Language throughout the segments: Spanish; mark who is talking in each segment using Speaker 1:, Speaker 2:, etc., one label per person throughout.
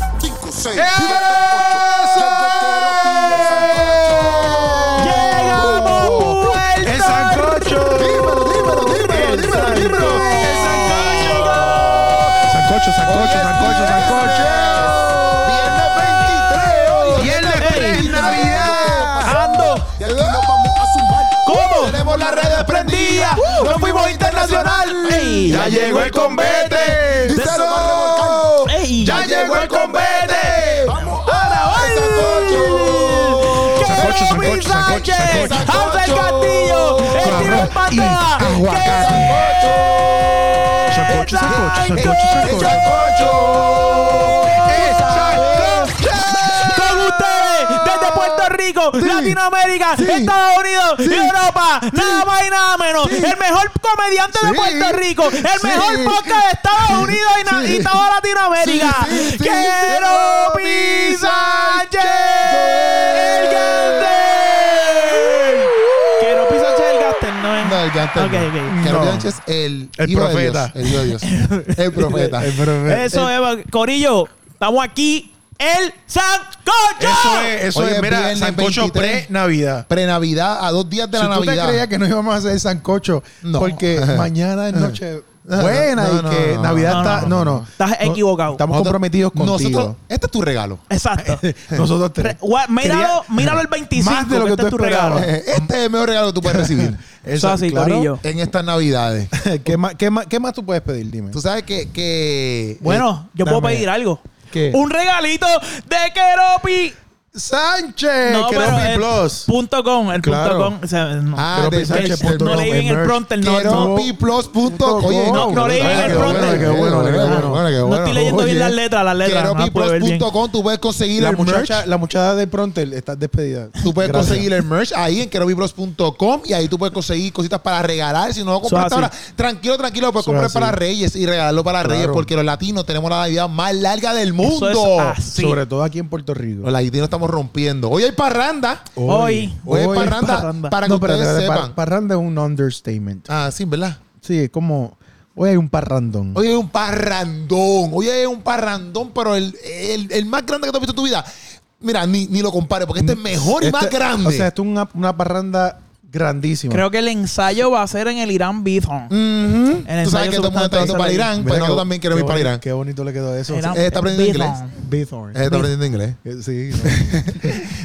Speaker 1: 6, 7, 8.
Speaker 2: ¡Llegamos! ¡El sancocho!
Speaker 1: Dímelo, dímelo, dímelo, dímelo, dímelo.
Speaker 3: Sancocho, sancocho, sancocho,
Speaker 1: Viernes 23 hoy.
Speaker 2: ¡Viernes feliz Navidad!
Speaker 3: sancocho.
Speaker 1: Y aquí nos vamos a zumbar.
Speaker 3: ¿Cómo? Uh,
Speaker 1: Tenemos las redes prendidas.
Speaker 2: ¡No fuimos internacional! ¡Ey!
Speaker 1: Ya llegó el convete. Y se lo va a revolcar.
Speaker 2: ¡Ey!
Speaker 1: Ya llegó el convete. Vamos
Speaker 2: ¡Ahora
Speaker 1: al sancocho.
Speaker 3: Sancocho, sancocho, sancocho, sancocho.
Speaker 2: ¡Alza el Castillo! ¡El tiro en
Speaker 3: Arroz y
Speaker 2: patoa!
Speaker 3: aguacate. Sancocho, sancocho, sancocho,
Speaker 1: El
Speaker 3: sancocho.
Speaker 1: sancocho.
Speaker 3: Eh,
Speaker 2: ¡El
Speaker 1: sancocho. ¡Ah!
Speaker 2: Con ustedes, desde Puerto Rico, Latinoamérica, Estados Unidos, y Europa, nada más y nada menos, el mejor comediante de
Speaker 1: Sí.
Speaker 2: Puerto Rico, el
Speaker 1: Sí.
Speaker 2: mejor podcast de Estados Unidos y, na-
Speaker 1: Sí.
Speaker 2: y toda Latinoamérica.
Speaker 1: Sí, sí, sí.
Speaker 2: ¡Quiero mi Sánchez, el Gaster! Quiero mi Sánchez, el Gaster, ¿no es?
Speaker 1: No, el Gaster
Speaker 2: Ok,
Speaker 1: no.
Speaker 2: ok.
Speaker 1: Carol
Speaker 3: No.
Speaker 1: Sánchez, el,
Speaker 3: El
Speaker 1: hijo de
Speaker 3: profeta.
Speaker 1: Dios, el hijo de Dios. El profeta.
Speaker 3: El profe-
Speaker 2: Eso es, va- Corillo, estamos aquí, el Sancocho.
Speaker 3: Eso es, eso
Speaker 1: Hoy
Speaker 3: es,
Speaker 1: es
Speaker 3: mira,
Speaker 1: viernes
Speaker 3: sancocho
Speaker 1: 23.
Speaker 3: pre-Navidad.
Speaker 1: Pre-Navidad, a dos días de
Speaker 3: Si
Speaker 1: la
Speaker 3: tú te
Speaker 1: Navidad.
Speaker 3: creías que no íbamos a hacer sancocho
Speaker 1: No.
Speaker 3: porque mañana es noche buena
Speaker 1: No,
Speaker 3: y
Speaker 1: no,
Speaker 3: que
Speaker 1: no,
Speaker 3: Navidad
Speaker 2: no,
Speaker 3: está...
Speaker 2: no,
Speaker 3: No,
Speaker 2: no.
Speaker 3: no.
Speaker 2: Estás equivocado.
Speaker 3: Estamos
Speaker 1: Nosotros-
Speaker 3: comprometidos contigo.
Speaker 1: Nosotros, este es tu regalo.
Speaker 2: Exacto.
Speaker 3: Nosotros tres.
Speaker 2: Re- gua- míralo,
Speaker 3: Quería-
Speaker 2: míralo el 25.
Speaker 3: Más de lo que
Speaker 2: este
Speaker 3: tú
Speaker 2: es tu
Speaker 3: esperabas.
Speaker 2: regalo.
Speaker 1: Eh, Este es el mejor regalo que tú puedes recibir
Speaker 2: Eso es así, Corillo.
Speaker 1: en estas Navidades.
Speaker 3: ¿Qué, más, qué, más, ¿Qué más tú puedes pedir? Dime.
Speaker 1: Tú sabes que. que
Speaker 2: Bueno, yo puedo
Speaker 3: dame.
Speaker 2: pedir algo.
Speaker 3: ¿Qué?
Speaker 2: Un regalito de Keropi.
Speaker 1: eh,
Speaker 3: ¡Sánchez!
Speaker 2: No,
Speaker 3: que
Speaker 2: pero
Speaker 3: Ropi
Speaker 2: el
Speaker 3: Eh, Plus.
Speaker 2: Punto com, el
Speaker 3: Claro.
Speaker 2: punto com. o sea, no.
Speaker 1: Ah,
Speaker 3: Pero
Speaker 1: de-
Speaker 3: pensaste
Speaker 1: de-
Speaker 3: que punto
Speaker 2: no
Speaker 3: com,
Speaker 2: leí bien el
Speaker 3: emerge.
Speaker 2: prompter. No,
Speaker 1: Quiero
Speaker 2: no,
Speaker 1: piplus.com. Oye,
Speaker 3: No,
Speaker 2: no leí bien el
Speaker 1: qué bueno,
Speaker 2: prompter.
Speaker 1: Qué bueno, qué bueno, qué bueno, qué
Speaker 2: no
Speaker 1: bueno.
Speaker 2: estoy leyendo bien
Speaker 3: oye.
Speaker 2: las letras, las letras.
Speaker 1: Quiero
Speaker 2: no las puedo ver bien.
Speaker 1: piplus.com. Tú puedes conseguir
Speaker 3: La
Speaker 1: el merch.
Speaker 3: muchacha, la muchacha de Prontel está despedida.
Speaker 1: Tú puedes
Speaker 3: Gracias.
Speaker 1: conseguir el merch ahí en querobibros.com y ahí tú puedes conseguir cositas para regalar. Si no lo compraste
Speaker 2: Eso es
Speaker 1: ahora,
Speaker 2: así.
Speaker 1: tranquilo, tranquilo, lo puedes
Speaker 3: Eso es
Speaker 1: comprar
Speaker 3: así.
Speaker 1: para Reyes y regalarlo para
Speaker 3: Claro.
Speaker 1: Reyes porque los latinos tenemos la Navidad más larga del
Speaker 2: Eso es
Speaker 1: mundo.
Speaker 2: así.
Speaker 3: Sobre todo aquí en Puerto Rico.
Speaker 1: Los latinos estamos rompiendo. Hoy hay parranda.
Speaker 2: Hoy.
Speaker 1: Hoy, hay parranda,
Speaker 2: parranda.
Speaker 1: para que
Speaker 3: No,
Speaker 1: ustedes
Speaker 3: espérate, espérate,
Speaker 1: sepan.
Speaker 3: par- parranda es un understatement.
Speaker 1: ah, sí, ¿verdad?
Speaker 3: Sí, es como. Hoy hay un parrandón.
Speaker 1: Hoy hay un parrandón. Hoy hay un parrandón, pero el, el- el más grande que tú has visto en tu vida. Mira, ni, ni lo compares porque este es mejor y
Speaker 3: Este-
Speaker 1: más grande.
Speaker 3: O sea, esto es una, una parranda grandísima.
Speaker 2: Creo que el ensayo va a ser en el Irán Bithorn.
Speaker 3: Mm,
Speaker 1: Ujú.
Speaker 2: El
Speaker 1: Tú sabes
Speaker 2: ensayo
Speaker 1: que todo el mundo está yendo
Speaker 2: sustantivo
Speaker 1: para
Speaker 2: se le-
Speaker 1: Irán,
Speaker 3: Mira
Speaker 1: pero
Speaker 3: qué-
Speaker 1: nosotros también
Speaker 3: qué
Speaker 1: queremos ir para
Speaker 3: bonito-
Speaker 1: Irán.
Speaker 3: Qué bonito le quedó eso.
Speaker 2: Irán-
Speaker 3: Sí.
Speaker 1: Eh, está aprendiendo
Speaker 2: Bithorn.
Speaker 3: Bithorn.
Speaker 1: Eh, está aprendiendo inglés.
Speaker 3: Eh, Sí.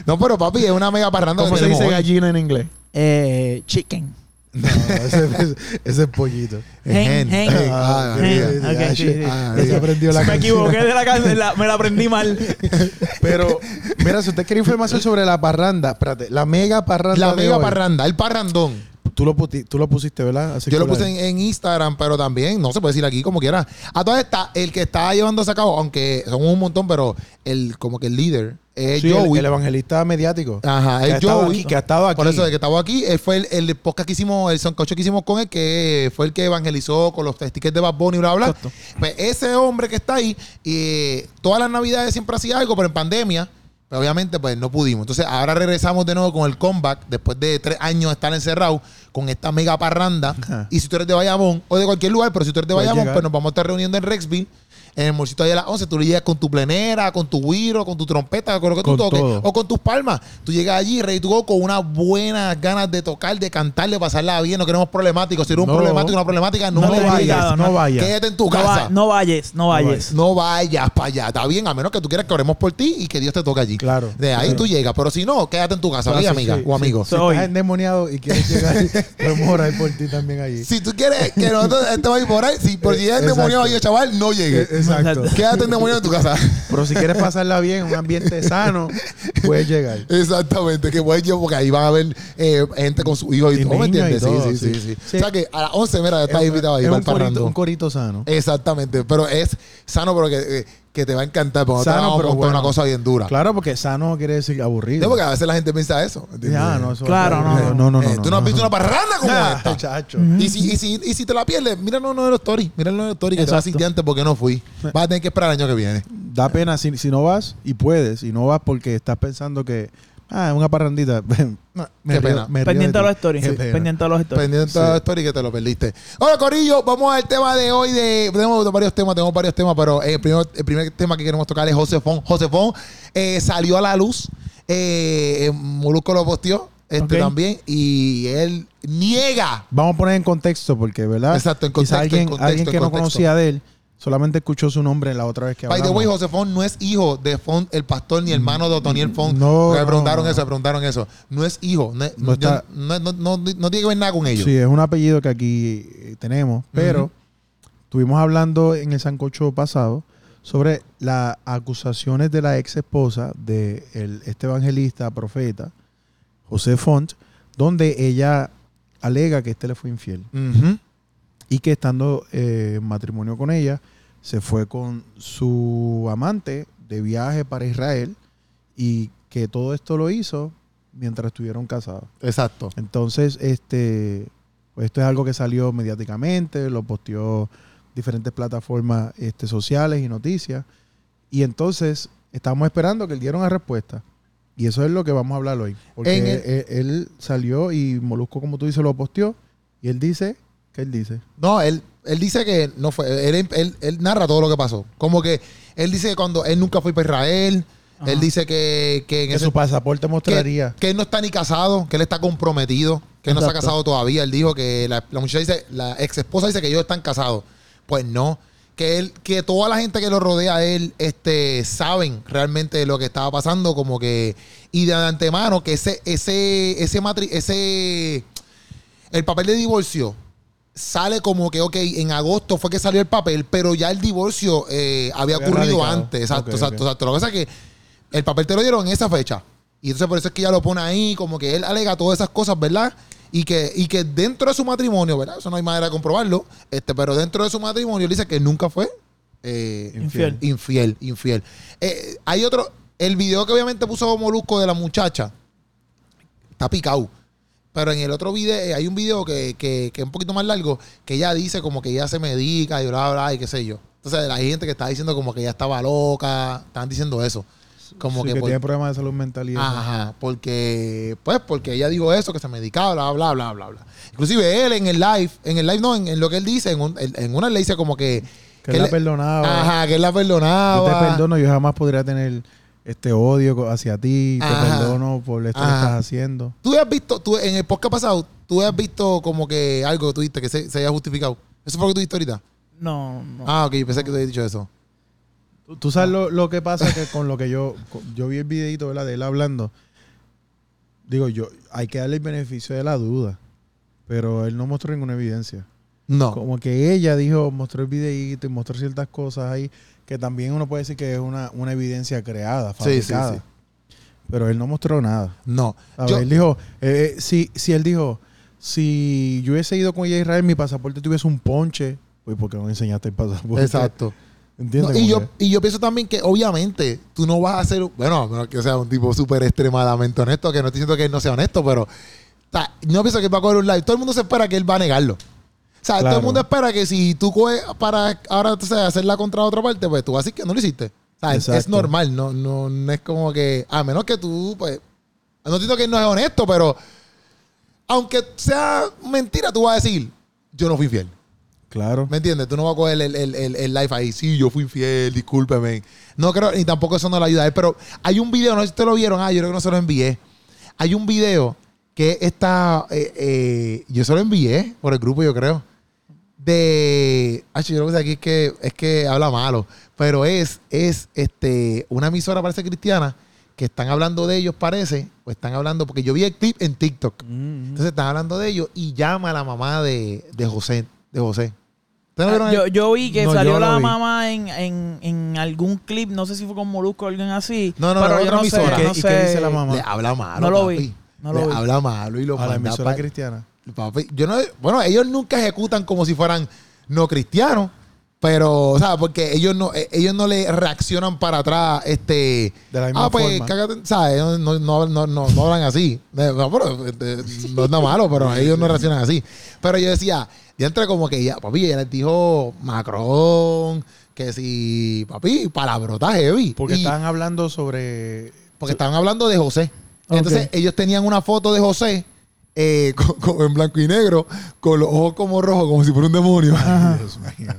Speaker 1: No, pero papi, es una mega parranda.
Speaker 3: ¿Cómo
Speaker 1: que
Speaker 3: se
Speaker 1: tenemos
Speaker 3: dice
Speaker 1: hoy.
Speaker 3: gallina en inglés?
Speaker 2: Eh, chicken.
Speaker 3: No, ese, ese- ese es pollito.
Speaker 1: Es
Speaker 2: Hen,
Speaker 1: gen.
Speaker 2: hen.
Speaker 1: Eh,
Speaker 3: Ah,
Speaker 1: ah,
Speaker 2: Hen.
Speaker 1: eh,
Speaker 3: ok,
Speaker 2: Ok,
Speaker 3: ah,
Speaker 2: sí,
Speaker 3: shit.
Speaker 2: sí.
Speaker 3: Ah, ya se aprendió la
Speaker 2: Me
Speaker 3: canción.
Speaker 2: equivoqué de la canción, la- me la aprendí mal.
Speaker 3: Pero, mira, si usted quiere información sobre la parranda, espérate, la mega parranda.
Speaker 1: La
Speaker 3: de
Speaker 1: mega
Speaker 3: hoy.
Speaker 1: parranda, el parrandón.
Speaker 3: Tú lo, puti- tú lo pusiste, ¿verdad? Así
Speaker 1: Yo lo
Speaker 3: que
Speaker 1: puse en, en Instagram, pero también, no se puede decir aquí como quiera. A todas está el que está llevándose a cabo, aunque son un montón, pero el como que el líder es
Speaker 3: Sí, el-
Speaker 1: Joey.
Speaker 3: el evangelista mediático.
Speaker 1: Ajá,
Speaker 3: que ha
Speaker 1: es
Speaker 3: estado
Speaker 1: Joey.
Speaker 3: aquí, que ha estado aquí.
Speaker 1: Por eso, de que estaba aquí, él fue el, el podcast que hicimos, el sancocho que hicimos con él, que fue el que evangelizó con los tickets de Bad Bunny, bla, bla.
Speaker 2: Exacto.
Speaker 1: Pues ese hombre que está ahí, eh, todas las navidades siempre hacía algo, pero en pandemia, pues, obviamente, pues no pudimos. Entonces, ahora regresamos de nuevo con el comeback, después de tres años de estar encerrado, con esta mega parranda.
Speaker 3: Ajá.
Speaker 1: Y si tú eres de Bayamón, o de cualquier lugar, pero si tú eres de
Speaker 3: Puedes
Speaker 1: Bayamón,
Speaker 3: llegar.
Speaker 1: pues nos vamos a estar reuniendo en Rexville. En el morcito de las 11, tú llegas con tu plenera, con tu guiro, con tu trompeta, con lo que tú
Speaker 3: Con
Speaker 1: toques,
Speaker 3: todo.
Speaker 1: o con tus palmas. Tú llegas allí, ready to go, con unas buenas ganas de tocar, de cantar, de pasarla bien. No queremos problemáticos. Si eres
Speaker 3: No.
Speaker 1: un problemático, una problemática, no,
Speaker 3: No,
Speaker 1: te vayas.
Speaker 3: vayas, no
Speaker 2: no.
Speaker 3: vayas.
Speaker 1: Quédate en tu
Speaker 2: No,
Speaker 1: casa.
Speaker 2: va- no vayes, no vayas.
Speaker 1: No vayas para allá, está bien, a menos que tú quieras que oremos por ti y que Dios te toque allí.
Speaker 3: Claro.
Speaker 1: De ahí
Speaker 3: Claro.
Speaker 1: tú llegas, pero si no, quédate en tu casa,
Speaker 3: Claro,
Speaker 1: amiga,
Speaker 3: sí,
Speaker 1: amiga
Speaker 3: sí,
Speaker 1: o amigo.
Speaker 3: Si
Speaker 2: Soy.
Speaker 3: estás endemoniado y quieres llegar, podemos orar por ti también allí.
Speaker 1: Si tú quieres que nosotros estemos ahí por ahí, si por si eres
Speaker 3: Eh, Exacto.
Speaker 1: endemoniado ahí, chaval, no
Speaker 3: Eh,
Speaker 1: llegues.
Speaker 3: Exacto.
Speaker 2: Exacto.
Speaker 1: Quédate endemoniado en tu casa.
Speaker 3: Pero si quieres pasarla bien, un ambiente sano, puedes llegar.
Speaker 1: Exactamente, que buen yo, porque ahí van a ver eh, gente con su hijo y,
Speaker 3: Y
Speaker 1: todo, ¿me
Speaker 3: niños y
Speaker 1: entiendes? Sí,
Speaker 3: todo,
Speaker 1: sí, sí,
Speaker 3: sí.
Speaker 1: sí.
Speaker 3: Sí.
Speaker 1: O sea que a las 11, mira, estás
Speaker 3: Es-
Speaker 1: invitado ahí
Speaker 3: es
Speaker 1: para
Speaker 3: un
Speaker 1: el
Speaker 3: corito,
Speaker 1: parrandón.
Speaker 3: un corito sano.
Speaker 1: Exactamente, pero es sano, pero que, eh, que te va a encantar, porque
Speaker 3: Sano,
Speaker 1: sano, te vamos a
Speaker 3: pero
Speaker 1: contar
Speaker 3: bueno.
Speaker 1: una cosa bien dura.
Speaker 3: Claro, porque sano quiere decir aburrido.
Speaker 1: No, porque a veces la gente piensa eso. ¿me entiendes?
Speaker 3: Ya, no, eso-
Speaker 2: Claro, no,
Speaker 3: Eh,
Speaker 2: no.
Speaker 3: no, no,
Speaker 1: Eh,
Speaker 3: no,
Speaker 1: Tú no Ah, has
Speaker 3: no,
Speaker 1: visto
Speaker 3: no.
Speaker 1: una parranda como
Speaker 3: Ya,
Speaker 1: esta.
Speaker 3: chacho.
Speaker 1: Y si, y, si, y si te la pierdes, mira no no de los stories, mira no de los stories que te vas a decir
Speaker 2: Exacto.
Speaker 1: de antes porque no fui.
Speaker 3: Eh.
Speaker 1: Vas a tener que esperar el año que viene.
Speaker 3: Da pena si, si no vas y puedes, y no vas porque estás pensando que Ah, una parrandita.
Speaker 1: No,
Speaker 3: Me
Speaker 1: qué
Speaker 3: río-
Speaker 1: pena.
Speaker 3: me río
Speaker 2: Pendiente a
Speaker 3: ti.
Speaker 2: los stories.
Speaker 3: Qué
Speaker 2: sí,
Speaker 3: pena.
Speaker 2: Pendiente a los stories.
Speaker 1: Pendiente de la historia y que te lo perdiste. Hola, Corillo. Vamos al tema de hoy. De, tenemos varios temas, tenemos varios temas, pero eh, el, primer, el primer tema que queremos tocar es Josefón. Josefón eh, salió a la luz. Eh, Molusco lo posteó este
Speaker 2: Ok.
Speaker 1: también. Y él niega.
Speaker 3: Vamos a poner en contexto porque, ¿verdad?
Speaker 1: Exacto, en
Speaker 3: Quizá
Speaker 1: contexto, en
Speaker 3: alguien,
Speaker 1: contexto,
Speaker 3: alguien
Speaker 1: en
Speaker 3: que no
Speaker 1: contexto.
Speaker 3: conocía de él solamente escuchó su nombre la otra vez que
Speaker 1: By the way,
Speaker 3: hablamos.
Speaker 1: Josefón no es hijo de Font, el pastor, ni hermano de Otoniel Font.
Speaker 3: No,
Speaker 1: Porque me
Speaker 3: no,
Speaker 1: preguntaron
Speaker 3: no.
Speaker 1: eso, me preguntaron eso. No es hijo. No,
Speaker 3: No
Speaker 1: yo-
Speaker 3: está-
Speaker 1: no- no- no- no tiene que ver nada con ellos.
Speaker 3: Sí, es un apellido que aquí eh, tenemos, pero
Speaker 1: Ujú.
Speaker 3: estuvimos hablando en el sancocho pasado sobre las acusaciones de la ex esposa de el- este evangelista, profeta, José Font, donde ella alega que este le fue infiel.
Speaker 1: Ujú.
Speaker 3: y que estando eh, en matrimonio con ella, se fue con su amante de viaje para Israel y que todo esto lo hizo mientras estuvieron casados.
Speaker 1: Exacto.
Speaker 3: Entonces, este, pues esto es algo que salió mediáticamente, lo posteó diferentes plataformas este, sociales y noticias. Y entonces estamos esperando que él diera una respuesta. Y eso es lo que vamos a hablar hoy. Porque
Speaker 1: En el-
Speaker 3: él, él salió y Molusco, como tú dices, lo posteó. Y él dice, ¿qué él dice?
Speaker 1: No, él, él dice que no fue. Él, él- él narra todo lo que pasó. Como que él dice que cuando él nunca fue para Israel,
Speaker 2: Ajá.
Speaker 1: él dice que, que en
Speaker 3: que
Speaker 1: ese-
Speaker 3: su pasaporte mostraría.
Speaker 1: que él no está ni casado, que él está comprometido, que él no se ha
Speaker 3: Exacto.
Speaker 1: casado todavía. Él dijo que la, la muchacha dice, la ex esposa dice que ellos están casados. Pues no. Que él, que toda la gente que lo rodea a él, este, saben realmente lo que estaba pasando, como que. Y de antemano, que ese, ese, ese matri, ese. El papel de divorcio sale como que, ok, en agosto fue que salió el papel, pero ya el divorcio eh, había,
Speaker 3: Había
Speaker 1: ocurrido
Speaker 3: radicado.
Speaker 1: antes. Exacto,
Speaker 3: Ok,
Speaker 1: exacto,
Speaker 3: ok.
Speaker 1: exacto. Lo que pasa es que el papel te lo dieron en esa fecha. Y entonces por eso es que ella lo pone ahí, como que él alega todas esas cosas, ¿verdad? Y que, y que dentro de su matrimonio, ¿verdad? Eso no hay manera de comprobarlo. Este, pero dentro de su matrimonio, él dice que nunca fue eh,
Speaker 2: Infiel.
Speaker 1: Infiel, infiel. Eh, hay otro. El video que obviamente puso Molusco de la muchacha está picado. Pero en el otro video, eh, hay un video que, que, que es un poquito más largo, que ella dice como que ella se medica y bla, bla, y qué sé yo. Entonces, la gente que está diciendo como que ella estaba loca, están diciendo eso. Como
Speaker 3: Sí,
Speaker 1: que,
Speaker 3: que
Speaker 1: por-
Speaker 3: tiene problemas de salud mental y eso.
Speaker 1: Ajá, porque, pues, porque ella dijo eso, que se medicaba, bla, bla, bla, bla, bla. Inclusive él en el live, en el live no, en, en lo que él dice, en, un- en- en una le dice como que...
Speaker 3: Que él la
Speaker 1: le-
Speaker 3: perdonaba.
Speaker 1: Ajá, que él la
Speaker 3: Ah, Yo
Speaker 1: perdonaba.
Speaker 3: te perdono, yo jamás podría tener este odio co- hacia ti. Te
Speaker 1: Ajá.
Speaker 3: perdono por esto
Speaker 1: Ajá.
Speaker 3: que estás haciendo.
Speaker 1: Tú has visto, tú, en el podcast pasado, tú has visto como que algo que tú dijiste que se, se haya justificado. ¿Eso fue lo que tú dijiste ahorita?
Speaker 2: No, no.
Speaker 1: Ah, ok, yo pensé que tú habías dicho eso.
Speaker 3: Tú- Tú sabes lo, lo que pasa que con lo que yo... con- yo vi el videito ¿verdad? de él hablando. Digo, yo hay que darle el beneficio de la duda. Pero él no mostró ninguna evidencia.
Speaker 1: No.
Speaker 3: Como que ella dijo, mostró el videíto y mostró ciertas cosas ahí, que también uno puede decir que es una, una evidencia creada,
Speaker 1: Sí, sí,
Speaker 3: fabricada.
Speaker 1: sí.
Speaker 3: Pero él no mostró nada.
Speaker 1: No.
Speaker 3: A
Speaker 1: Yo-
Speaker 3: ver, él dijo, eh, eh, si, si él dijo, si yo hubiese ido con ella a Israel, mi pasaporte tuviese un ponche, uy, ¿por qué no enseñaste el pasaporte?
Speaker 1: exacto.
Speaker 3: ¿Entiendes?
Speaker 1: No, y,
Speaker 3: Como
Speaker 1: yo, y yo pienso también que obviamente tú no vas a ser, bueno, a menos que sea un tipo súper extremadamente honesto, que no estoy diciendo que él no sea honesto, pero o sea, no pienso que él va a coger un live. Todo el mundo se espera que él va a negarlo. O sea, todo
Speaker 3: Claro.
Speaker 1: el mundo espera que si tú coges para ahora entonces, hacerla contra otra parte, pues tú vas a decir que no lo hiciste. O sea, es, es
Speaker 3: Exacto.
Speaker 1: normal, no, no, no es como que, a menos que tú, pues, no estoy diciendo que él no es honesto, pero aunque sea mentira, tú vas a decir, yo no fui infiel.
Speaker 3: Claro.
Speaker 1: ¿Me entiendes? Tú no vas a coger el, el, el- el live ahí. Sí, yo fui infiel, discúlpeme. No creo, ni tampoco eso no le ayuda a él. Pero hay un video, no sé si te lo vieron. Ah, yo creo que no se lo envié. Hay un video que está. eh, eh, yo se lo envié por el grupo, yo creo. De. Ah, yo lo que sé aquí es que, es que habla malo. Pero es, es este, una emisora, parece cristiana, que están hablando de ellos, parece. O están hablando, porque yo vi el clip en TikTok.
Speaker 3: Mm, mm.
Speaker 1: Entonces están hablando de ellos y llama a la mamá de, de José. De José. ¿Ustedes no vieron
Speaker 2: Ah,
Speaker 1: el-
Speaker 2: Yo, yo vi que
Speaker 3: No,
Speaker 2: salió
Speaker 3: yo no
Speaker 2: la
Speaker 3: vi.
Speaker 2: mamá en, en, en algún clip, no sé si fue con Molusco o alguien así.
Speaker 1: No, no,
Speaker 2: pero
Speaker 1: no,
Speaker 2: yo
Speaker 1: otra
Speaker 2: no sé,
Speaker 1: emisora.
Speaker 2: no
Speaker 3: ¿Y qué- y qué
Speaker 2: sé.
Speaker 3: dice la mamá?
Speaker 1: Le habla malo.
Speaker 2: No lo vi,
Speaker 1: papi.
Speaker 2: no lo
Speaker 1: Le
Speaker 2: vi.
Speaker 1: habla malo y lo
Speaker 3: A la
Speaker 1: manda
Speaker 3: emisora
Speaker 1: pa-
Speaker 3: cristiana.
Speaker 1: papi, yo no, bueno, ellos nunca ejecutan como si fueran no cristianos, pero, o sea, porque ellos no, eh, ellos no le reaccionan para atrás, este.
Speaker 3: De la misma
Speaker 1: ah, pues,
Speaker 3: forma.
Speaker 1: cágate, ¿sabes? No, no, no, no, no- no hablan así. Eh, No, pero, este, no es nada malo, pero ellos no reaccionan así. Pero yo decía, ya entre como que ya, papi, ya les dijo Macron, que si, papi, palabrota heavy.
Speaker 3: Porque
Speaker 1: Y-
Speaker 3: estaban hablando sobre...
Speaker 1: porque estaban hablando de José. Entonces, ellos tenían una foto de José eh, con- con- en blanco y negro, con los ojos como rojos, como si fuera un demonio.
Speaker 3: Ajá.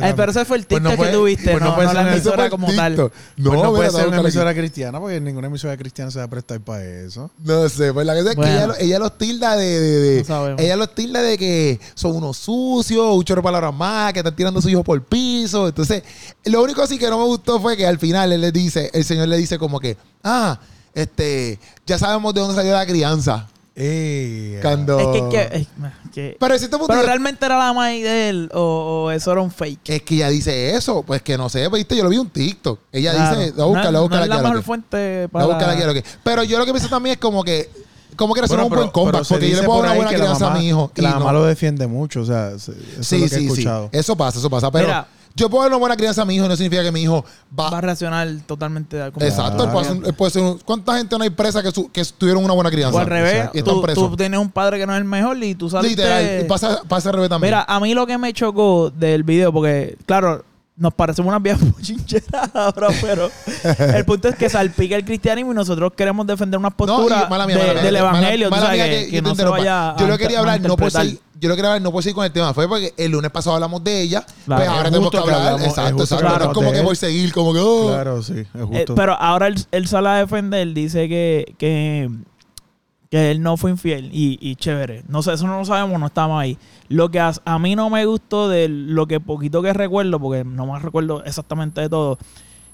Speaker 2: Ay, pero ese fue el
Speaker 1: Pues
Speaker 2: TikTok
Speaker 1: no
Speaker 2: que
Speaker 1: puede-
Speaker 2: tuviste,
Speaker 3: pues no
Speaker 2: no,
Speaker 3: puede
Speaker 2: no la
Speaker 3: ser-
Speaker 1: Eso fue
Speaker 2: emisora
Speaker 1: el
Speaker 2: como tal.
Speaker 1: TikTok. No,
Speaker 3: Pues no
Speaker 1: mira,
Speaker 3: puede
Speaker 1: te voy a
Speaker 3: ser una
Speaker 1: buscar aquí.
Speaker 3: emisora cristiana porque ninguna emisora cristiana se va a prestar para eso.
Speaker 1: No sé, pues la cosa es
Speaker 2: Bueno.
Speaker 1: que ella, lo- ella los tilda de. de- de-
Speaker 2: No sabemos.
Speaker 1: ella los tilda de que son unos sucios, un chorro de palabras más, que están tirando a su hijo por el piso. Entonces, lo único sí que no me gustó fue que al final él le dice, el señor le dice como que, ah, este, ya sabemos de dónde salió la crianza.
Speaker 3: Ey,
Speaker 1: Cuando-
Speaker 2: Es que, que- es que-
Speaker 1: Pero en cierto punto.
Speaker 2: pero
Speaker 1: yo-
Speaker 2: realmente era la maíz de él o, o eso era un fake.
Speaker 1: es que ella dice eso, pues que no sé, viste, yo lo vi en un TikTok. Ella dice, la busca,
Speaker 2: No-
Speaker 1: la busca,
Speaker 2: no
Speaker 1: la
Speaker 2: es la
Speaker 1: quiero.
Speaker 2: mejor fuente
Speaker 1: La
Speaker 2: para
Speaker 1: busca, la quiero. Pero yo lo que pienso también es como que, como que era
Speaker 3: Bueno,
Speaker 1: un
Speaker 3: pero-
Speaker 1: buen comeback,
Speaker 3: pero se
Speaker 1: porque yo
Speaker 3: dice
Speaker 1: le puedo
Speaker 3: por
Speaker 1: dar una
Speaker 3: ahí
Speaker 1: buena
Speaker 3: que la
Speaker 1: crianza
Speaker 3: mamá-
Speaker 1: a mi hijo.
Speaker 3: que
Speaker 1: y
Speaker 3: la
Speaker 1: no.
Speaker 3: mamá lo defiende mucho, o sea, se- eso es
Speaker 1: Sí,
Speaker 3: lo que he
Speaker 1: sí, Eh, sí.
Speaker 3: escuchado.
Speaker 1: Eso pasa, eso pasa. Pero
Speaker 2: Mira.
Speaker 1: yo puedo darle una buena crianza a mi hijo y no significa que mi hijo va.
Speaker 2: Va a reaccionar totalmente al como- Ah,
Speaker 1: Exacto, él puede ser- él puede ser un- ¿Cuánta gente no hay presa que, su- que tuvieron una buena crianza?
Speaker 2: O al revés,
Speaker 1: Y están
Speaker 2: tú, tú
Speaker 1: presos.
Speaker 2: tienes un padre que no es el mejor y tú sabes
Speaker 1: Literal. Y pasa, pasa al revés también.
Speaker 2: Mira, a mí lo que me chocó del video, porque, claro, nos parecemos unas viejas bochincheras ahora, pero el punto es que salpica el cristianismo y nosotros queremos defender unas posturas
Speaker 1: y- mala mía,
Speaker 2: de-
Speaker 1: mala mía,
Speaker 2: del
Speaker 1: mala-
Speaker 2: evangelio, tú
Speaker 1: mala
Speaker 2: sabes,
Speaker 1: mía
Speaker 2: que,
Speaker 1: que yo
Speaker 2: que
Speaker 1: te
Speaker 2: no se
Speaker 1: interrumpa.
Speaker 2: vaya
Speaker 1: Yo
Speaker 2: a
Speaker 1: lo quería
Speaker 2: inter-
Speaker 1: hablar,
Speaker 2: a
Speaker 1: no por
Speaker 2: interpretar.
Speaker 1: seguir, yo lo quería hablar, no por seguir con el tema. Fue porque el lunes pasado hablamos de ella.
Speaker 2: Claro.
Speaker 1: pues ahora
Speaker 3: Es
Speaker 1: tenemos que
Speaker 3: justo que
Speaker 1: hablar.
Speaker 3: hablamos, es
Speaker 1: exacto,
Speaker 3: justo
Speaker 1: exacto.
Speaker 2: que
Speaker 1: No es
Speaker 2: hablamos
Speaker 1: como
Speaker 3: de
Speaker 1: que
Speaker 3: él.
Speaker 1: por seguir, como que. oh.
Speaker 3: Claro, sí, es
Speaker 2: Eh,
Speaker 3: justo.
Speaker 2: pero ahora él, él sale a defender, dice que, que, que él no fue infiel y, y chévere. No sé, eso no lo sabemos, no estamos ahí. Lo que a, a mí no me gustó de lo que poquito que recuerdo, porque no más recuerdo exactamente de todo,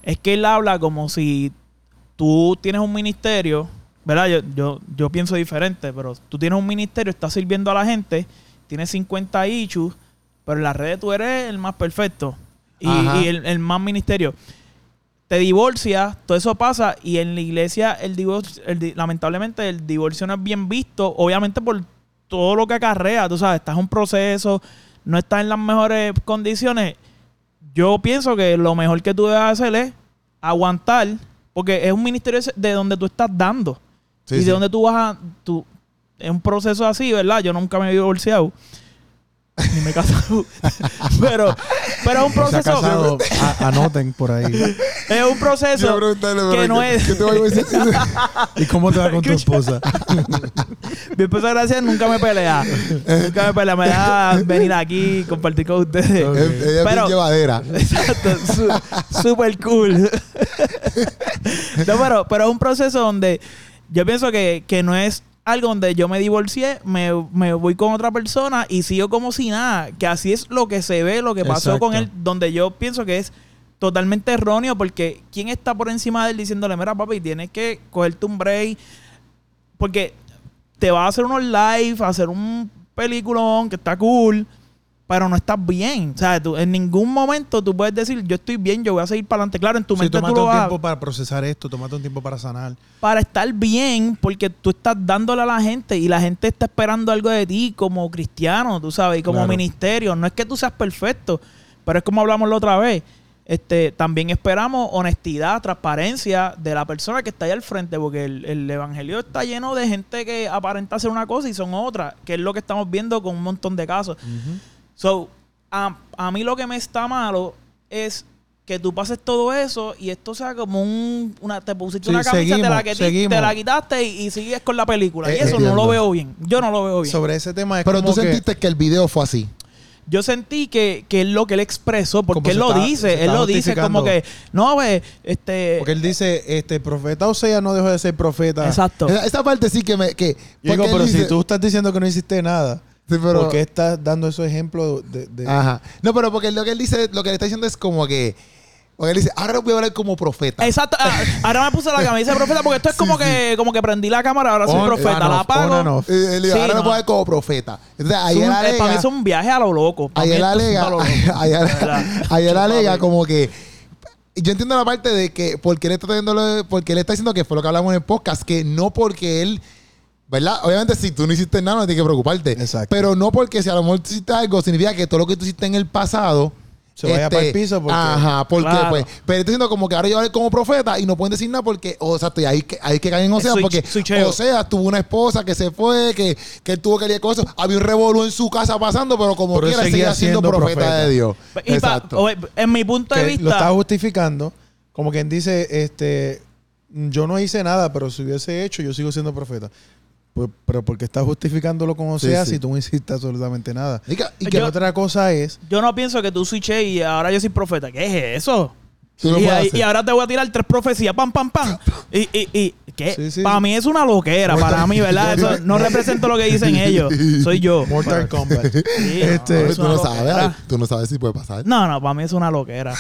Speaker 2: es que él habla como si tú tienes un ministerio, ¿verdad? Yo, yo, yo pienso diferente, pero tú tienes un ministerio, estás sirviendo a la gente, tienes 50 issues, pero en las redes tú eres el más perfecto y,
Speaker 1: Ajá.
Speaker 2: y el, el más ministerio. Te divorcias, todo eso pasa y en la iglesia el divorcio, el di- lamentablemente el divorcio no es bien visto, obviamente por todo lo que acarrea, tú sabes, estás en un proceso, no estás en las mejores condiciones. Yo pienso que lo mejor que tú debes hacer es aguantar, porque es un ministerio de donde tú estás dando.
Speaker 1: Sí,
Speaker 2: y de
Speaker 1: sí.
Speaker 2: donde tú vas a. Tú, es un proceso así, ¿verdad? Yo nunca me he divorciado. Ni me he casado. pero, pero es un
Speaker 3: No se ha
Speaker 2: proceso.
Speaker 3: casado, a- anoten por ahí.
Speaker 2: Es un
Speaker 1: Yo iba a
Speaker 2: proceso
Speaker 1: preguntarle, pero
Speaker 2: que no
Speaker 1: ¿qué-
Speaker 2: es.
Speaker 1: qué te voy a decir?
Speaker 3: ¿Y cómo te va con tu esposa?
Speaker 2: Mi esposa, gracias, nunca me pelea. Nunca me pelea. Me da venir aquí, compartir con ustedes.
Speaker 1: Ella es bien
Speaker 2: Pero-
Speaker 1: llevadera.
Speaker 2: Exacto, su- super cool. no, pero, pero es un proceso donde yo pienso que, que no es algo donde yo me divorcié, me, me voy con otra persona y sigo como si nada. Que así es lo que se ve, lo que pasó
Speaker 3: Exacto.
Speaker 2: con él, donde yo pienso que es totalmente erróneo porque ¿quién está por encima de él diciéndole, mira papi, tienes que cogerte un break? Porque te vas a hacer unos live, a hacer un peliculón que está cool, pero no estás bien. O sea, tú, en ningún momento tú puedes decir, yo estoy bien, yo voy a seguir para adelante. Claro, en tu
Speaker 3: Sí,
Speaker 2: mente tú
Speaker 3: tómate
Speaker 2: lo
Speaker 3: un
Speaker 2: vas
Speaker 3: tiempo para procesar esto, tómate un tiempo para sanar.
Speaker 2: para estar bien, porque tú estás dándole a la gente y la gente está esperando algo de ti como cristiano, tú sabes, y como
Speaker 3: Claro.
Speaker 2: ministerio. No es que tú seas perfecto, pero es como hablamos la otra vez. Este, también esperamos honestidad, transparencia de la persona que está ahí al frente, porque el, el evangelio está lleno de gente que aparenta ser una cosa y son otra, que es lo que estamos viendo con un montón de casos. So, a, a mí lo que me está malo es que tú pases todo eso y esto sea como un una te pusiste
Speaker 3: Sí,
Speaker 2: una camisa te la
Speaker 3: seguimos,
Speaker 2: que ti-
Speaker 3: seguimos.
Speaker 2: te la quitaste y, y sigues con la película
Speaker 1: Eh,
Speaker 2: y eso no
Speaker 1: entiendo.
Speaker 2: lo veo bien yo no lo veo bien
Speaker 3: Sobre ese tema es
Speaker 1: Pero
Speaker 3: como
Speaker 1: tú
Speaker 3: que-
Speaker 1: sentiste que el video fue así.
Speaker 2: yo sentí que, que es lo que él expresó porque
Speaker 3: Como
Speaker 2: él
Speaker 3: se
Speaker 2: lo
Speaker 3: está- se
Speaker 2: dice
Speaker 3: está
Speaker 2: él lo dice como
Speaker 3: justificando.
Speaker 2: que no ve este
Speaker 3: Porque él dice, este profeta Osea no dejó de ser profeta.
Speaker 2: exacto
Speaker 1: Esa, esa parte sí que me. Que,
Speaker 3: Yo digo,
Speaker 1: porque él
Speaker 3: pero
Speaker 1: dice-
Speaker 3: si tú estás diciendo que no hiciste nada,
Speaker 1: Sí, pero-
Speaker 3: ¿por qué estás dando esos ejemplos de, de-
Speaker 1: Ajá. No, pero porque lo que él dice, lo que le está diciendo es como que. Porque él dice, ahora voy a hablar como profeta.
Speaker 2: Exacto. Ah, Ahora me puse la camisa de profeta porque esto es como que como que prendí la cámara, ahora soy
Speaker 3: On
Speaker 2: profeta,
Speaker 3: and
Speaker 2: la
Speaker 3: off, on and
Speaker 2: apago.
Speaker 3: off.
Speaker 1: Y él dice,
Speaker 2: Eh, Sí,
Speaker 1: ahora
Speaker 2: no.
Speaker 1: me voy a hablar como profeta. Entonces,
Speaker 2: Es
Speaker 1: ahí
Speaker 2: un-
Speaker 1: él
Speaker 2: eh, para mí
Speaker 1: alega.
Speaker 2: es un viaje a lo loco. Para
Speaker 1: Ahí
Speaker 2: mí
Speaker 1: él
Speaker 2: esto es
Speaker 1: alega.
Speaker 2: a lo loco.
Speaker 1: Ahí él-
Speaker 2: verdad.
Speaker 1: ahí él alega
Speaker 2: Papi.
Speaker 1: como que. Yo entiendo la parte de que porque él está teniendo lo- porque él está diciendo que fue lo que hablamos en el podcast, que no porque él, ¿verdad? Obviamente si tú no hiciste nada no tienes que preocuparte.
Speaker 3: Exacto.
Speaker 1: Pero no porque si a lo mejor tú hiciste algo significa que todo lo que tú hiciste en el pasado este,
Speaker 3: Se vaya pa'l piso porque-
Speaker 1: Ajá, porque
Speaker 2: Claro.
Speaker 1: pues, pero está diciendo como que ahora yo hablé como profeta y no pueden decir nada porque o sea, estoy ahí que ahí que caen en Osea
Speaker 2: Soy-
Speaker 1: porque
Speaker 2: soy cheo.
Speaker 1: Osea tuvo una esposa que se fue, que, que él tuvo que lidiar con eso, había un revolú en su casa pasando, pero como
Speaker 3: Pero él
Speaker 1: quiera
Speaker 3: seguía
Speaker 1: seguía siendo
Speaker 3: siendo
Speaker 1: profeta,
Speaker 3: profeta.
Speaker 1: de Dios.
Speaker 2: Y pa-
Speaker 1: Exacto.
Speaker 2: oye, en mi punto de
Speaker 3: que
Speaker 2: vista.
Speaker 3: lo estás justificando. Como quien dice, este yo no hice nada, pero si hubiese hecho, yo sigo siendo profeta. Pues, pero porque estás justificándolo como
Speaker 1: Sí,
Speaker 3: sea
Speaker 1: sí.
Speaker 3: si tú no hiciste absolutamente nada.
Speaker 1: Y que- y
Speaker 3: Y
Speaker 1: que-
Speaker 3: que
Speaker 2: Yo-
Speaker 3: otra cosa es,
Speaker 2: Yo no pienso que tú switché y ahora yo soy profeta. ¿Qué es eso?
Speaker 1: Tú lo
Speaker 2: y,
Speaker 1: puedes
Speaker 2: ahí-
Speaker 1: hacer.
Speaker 2: y ahora te voy a tirar tres profecías, pam, pam, pam. Y, y, y ¿qué?
Speaker 3: Sí, sí.
Speaker 2: Para mí es una loquera, para mí, ¿verdad? Eso no represento lo que dicen ellos. Soy yo.
Speaker 3: Mortal Kombat.
Speaker 2: Sí,
Speaker 3: Este,
Speaker 2: es
Speaker 1: tú
Speaker 2: una
Speaker 1: no sabes,
Speaker 2: loquera.
Speaker 1: tú no sabes si puede pasar.
Speaker 2: No, no, para mí es una loquera.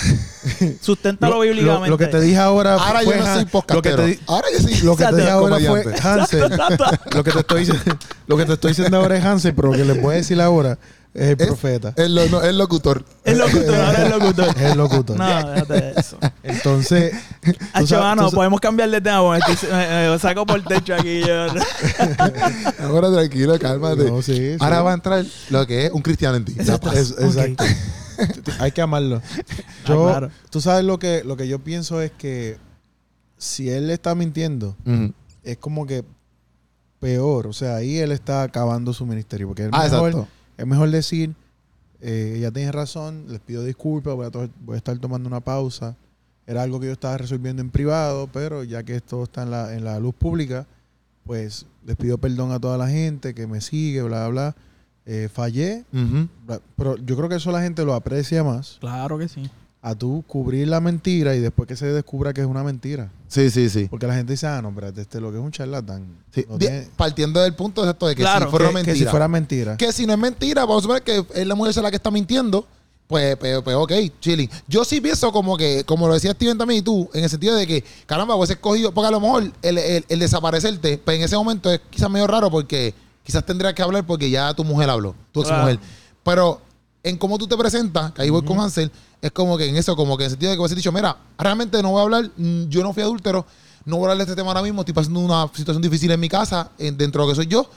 Speaker 2: Susténtalo
Speaker 3: Lo- lo,
Speaker 2: bíblicamente.
Speaker 3: lo que te dije ahora,
Speaker 1: Ahora
Speaker 3: fue
Speaker 1: yo no
Speaker 3: Han- lo
Speaker 1: soy
Speaker 3: que
Speaker 1: podcastero.
Speaker 3: te, di-
Speaker 1: Ahora yo
Speaker 3: lo
Speaker 1: soy
Speaker 3: que te
Speaker 2: Exacto.
Speaker 3: dije ahora fue
Speaker 1: comediante.
Speaker 3: Hansel. lo que te estoy diciendo, lo que te estoy diciendo ahora es Hansel, pero lo que les voy a decir ahora es el
Speaker 1: Es-
Speaker 3: profeta.
Speaker 1: El, lo- no, el locutor.
Speaker 2: Es locutor, ahora es locutor.
Speaker 3: Es el locutor.
Speaker 2: No, déjate eso.
Speaker 3: Entonces,
Speaker 2: Ah,
Speaker 3: tú sabes-
Speaker 2: chaval, no,
Speaker 3: tú sa-
Speaker 2: podemos cambiar de tema. porque estoy- me- me saco por el techo aquí. yo-
Speaker 1: Ahora tranquilo, cálmate.
Speaker 3: No, sí, sí.
Speaker 1: Ahora va a entrar lo que es un cristiano en ti. La paz.
Speaker 3: Es- exacto. Hay que amarlo. Yo,
Speaker 2: Ah, claro.
Speaker 3: tú sabes lo que, lo que yo pienso es que si él está mintiendo,
Speaker 1: Ujú.
Speaker 3: es como que peor. O sea, ahí él está acabando su ministerio. Porque es,
Speaker 1: Ah,
Speaker 3: mejor,
Speaker 1: exacto.
Speaker 3: es mejor decir, eh, ella tiene razón, les pido disculpas, voy a, to- voy a estar tomando una pausa. Era algo que yo estaba resolviendo en privado, pero ya que esto está en la, en la luz pública, pues les pido perdón a toda la gente que me sigue, bla, bla, bla. Eh, fallé,
Speaker 1: Ujú.
Speaker 3: bla. pero yo creo que eso la gente lo aprecia más
Speaker 2: Claro que sí.
Speaker 3: a tú cubrir la mentira y después que se descubra que es una mentira.
Speaker 1: Sí, sí, sí.
Speaker 3: Porque la gente dice, ah, no, espérate, este lo que es un charlatán.
Speaker 1: Sí.
Speaker 3: No
Speaker 1: De-
Speaker 3: tiene-
Speaker 1: partiendo del punto de esto de que
Speaker 2: Claro,
Speaker 1: si fuera
Speaker 3: que-
Speaker 1: mentira.
Speaker 3: Que si fuera mentira.
Speaker 1: que si no es mentira, vamos a suponer que es la mujer la que está mintiendo, pues, pues, pues, ok, chilling. Yo sí pienso como que, como lo decía Steven también y tú, en el sentido de que, caramba, pues escogido, porque a lo mejor el, el- el desaparecerte, pues en ese momento es quizás medio raro porque quizás tendrías que hablar porque ya tu mujer habló, tu ex mujer. Pero en cómo tú te presentas, que ahí voy con Hansel, es como que en eso, como que en el sentido de que hubiese dicho, mira, realmente no voy a hablar, mm, yo no fui adúltero, no voy a hablar de este tema ahora mismo, estoy pasando una situación difícil en mi casa, en- dentro de lo que soy yo,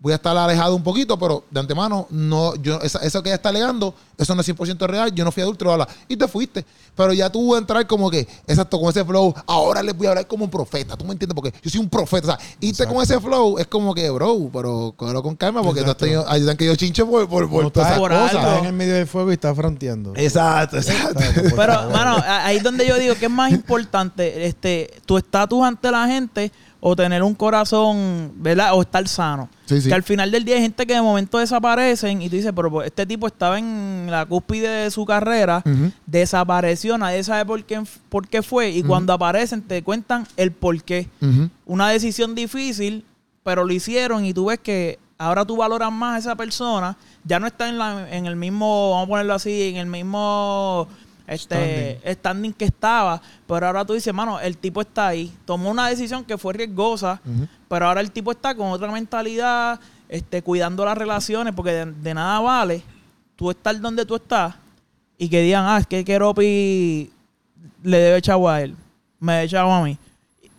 Speaker 1: voy a estar alejado un poquito, pero de antemano, no, yo, esa- eso que ella está alegando, eso no es 100% real, yo no fui adulto, bla, bla, y te fuiste. Pero ya tú vas a entrar como que, exacto, con ese flow, ahora les voy a hablar como un profeta, ¿tú me entiendes? Porque yo soy un profeta, o sea, irte con ese flow es como que, bro, pero cógelo con calma, porque tú has
Speaker 3: Exacto.
Speaker 1: tenido, ayudan que yo chinche por, por, por
Speaker 3: No
Speaker 1: todas esas
Speaker 3: está,
Speaker 2: por
Speaker 1: cosas.
Speaker 2: algo.
Speaker 3: está en el medio del fuego y está fronteando.
Speaker 1: Exacto, exacto.
Speaker 3: ¿Sabes? Por
Speaker 2: Pero,
Speaker 3: favor.
Speaker 2: mano, a- ahí es donde yo digo que es más importante este tu estatus ante la gente o tener un corazón, ¿verdad? O estar sano.
Speaker 1: Sí, sí.
Speaker 2: Que al final del día hay gente que de momento desaparecen y tú dices, pero pues, este tipo estaba en la cúspide de su carrera,
Speaker 1: Ujú.
Speaker 2: desapareció, nadie sabe por qué, por qué fue y cuando aparecen te cuentan el por qué.
Speaker 1: Ujú.
Speaker 2: Una decisión difícil, pero lo hicieron y tú ves que ahora tú valoras más a esa persona, ya no está en, la- en el mismo, vamos a ponerlo así, en el mismo este, standing. que estaba, pero ahora tú dices, mano, el tipo está ahí, tomó una decisión que fue riesgosa, pero ahora el tipo está con otra mentalidad, este, cuidando las relaciones, porque de, de nada vale tú estar donde tú estás y que digan, ah, es que Keropi le debe chavo a él, me debe chavo a mí.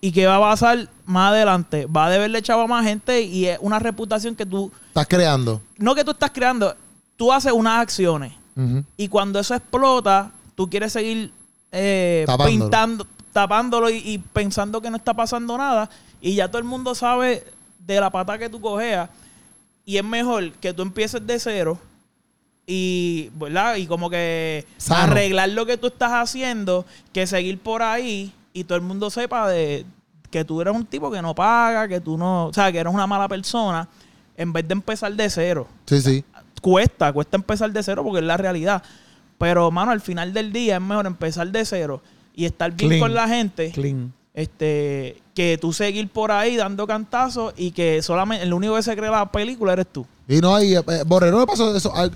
Speaker 2: ¿Y qué va a pasar más adelante? Va a deberle chavo a más gente y es una reputación que tú,
Speaker 1: Estás creando.
Speaker 2: no que tú estás creando, tú haces unas acciones
Speaker 1: Ujú.
Speaker 2: y cuando eso explota, tú quieres seguir eh,
Speaker 1: Tapándolo.
Speaker 2: pintando, tapándolo y, y pensando que no está pasando nada y ya todo el mundo sabe de la pata que tú cogeas y es mejor que tú empieces de cero y, ¿verdad? Y como que
Speaker 1: Sano.
Speaker 2: arreglar lo que tú estás haciendo que seguir por ahí y todo el mundo sepa de que tú eres un tipo que no paga, que tú no, o sea, que eres una mala persona en vez de empezar de cero
Speaker 1: Sí, sí.
Speaker 2: cuesta, cuesta empezar de cero porque es la realidad. Pero, mano, al final del día es mejor empezar de cero y estar bien
Speaker 3: Clean.
Speaker 2: con la gente
Speaker 3: Clean.
Speaker 2: este que tú seguir por ahí dando cantazos y que solamente el único que se cree la película eres tú.
Speaker 1: Y no, y eh, Borrero le pasó eso, al-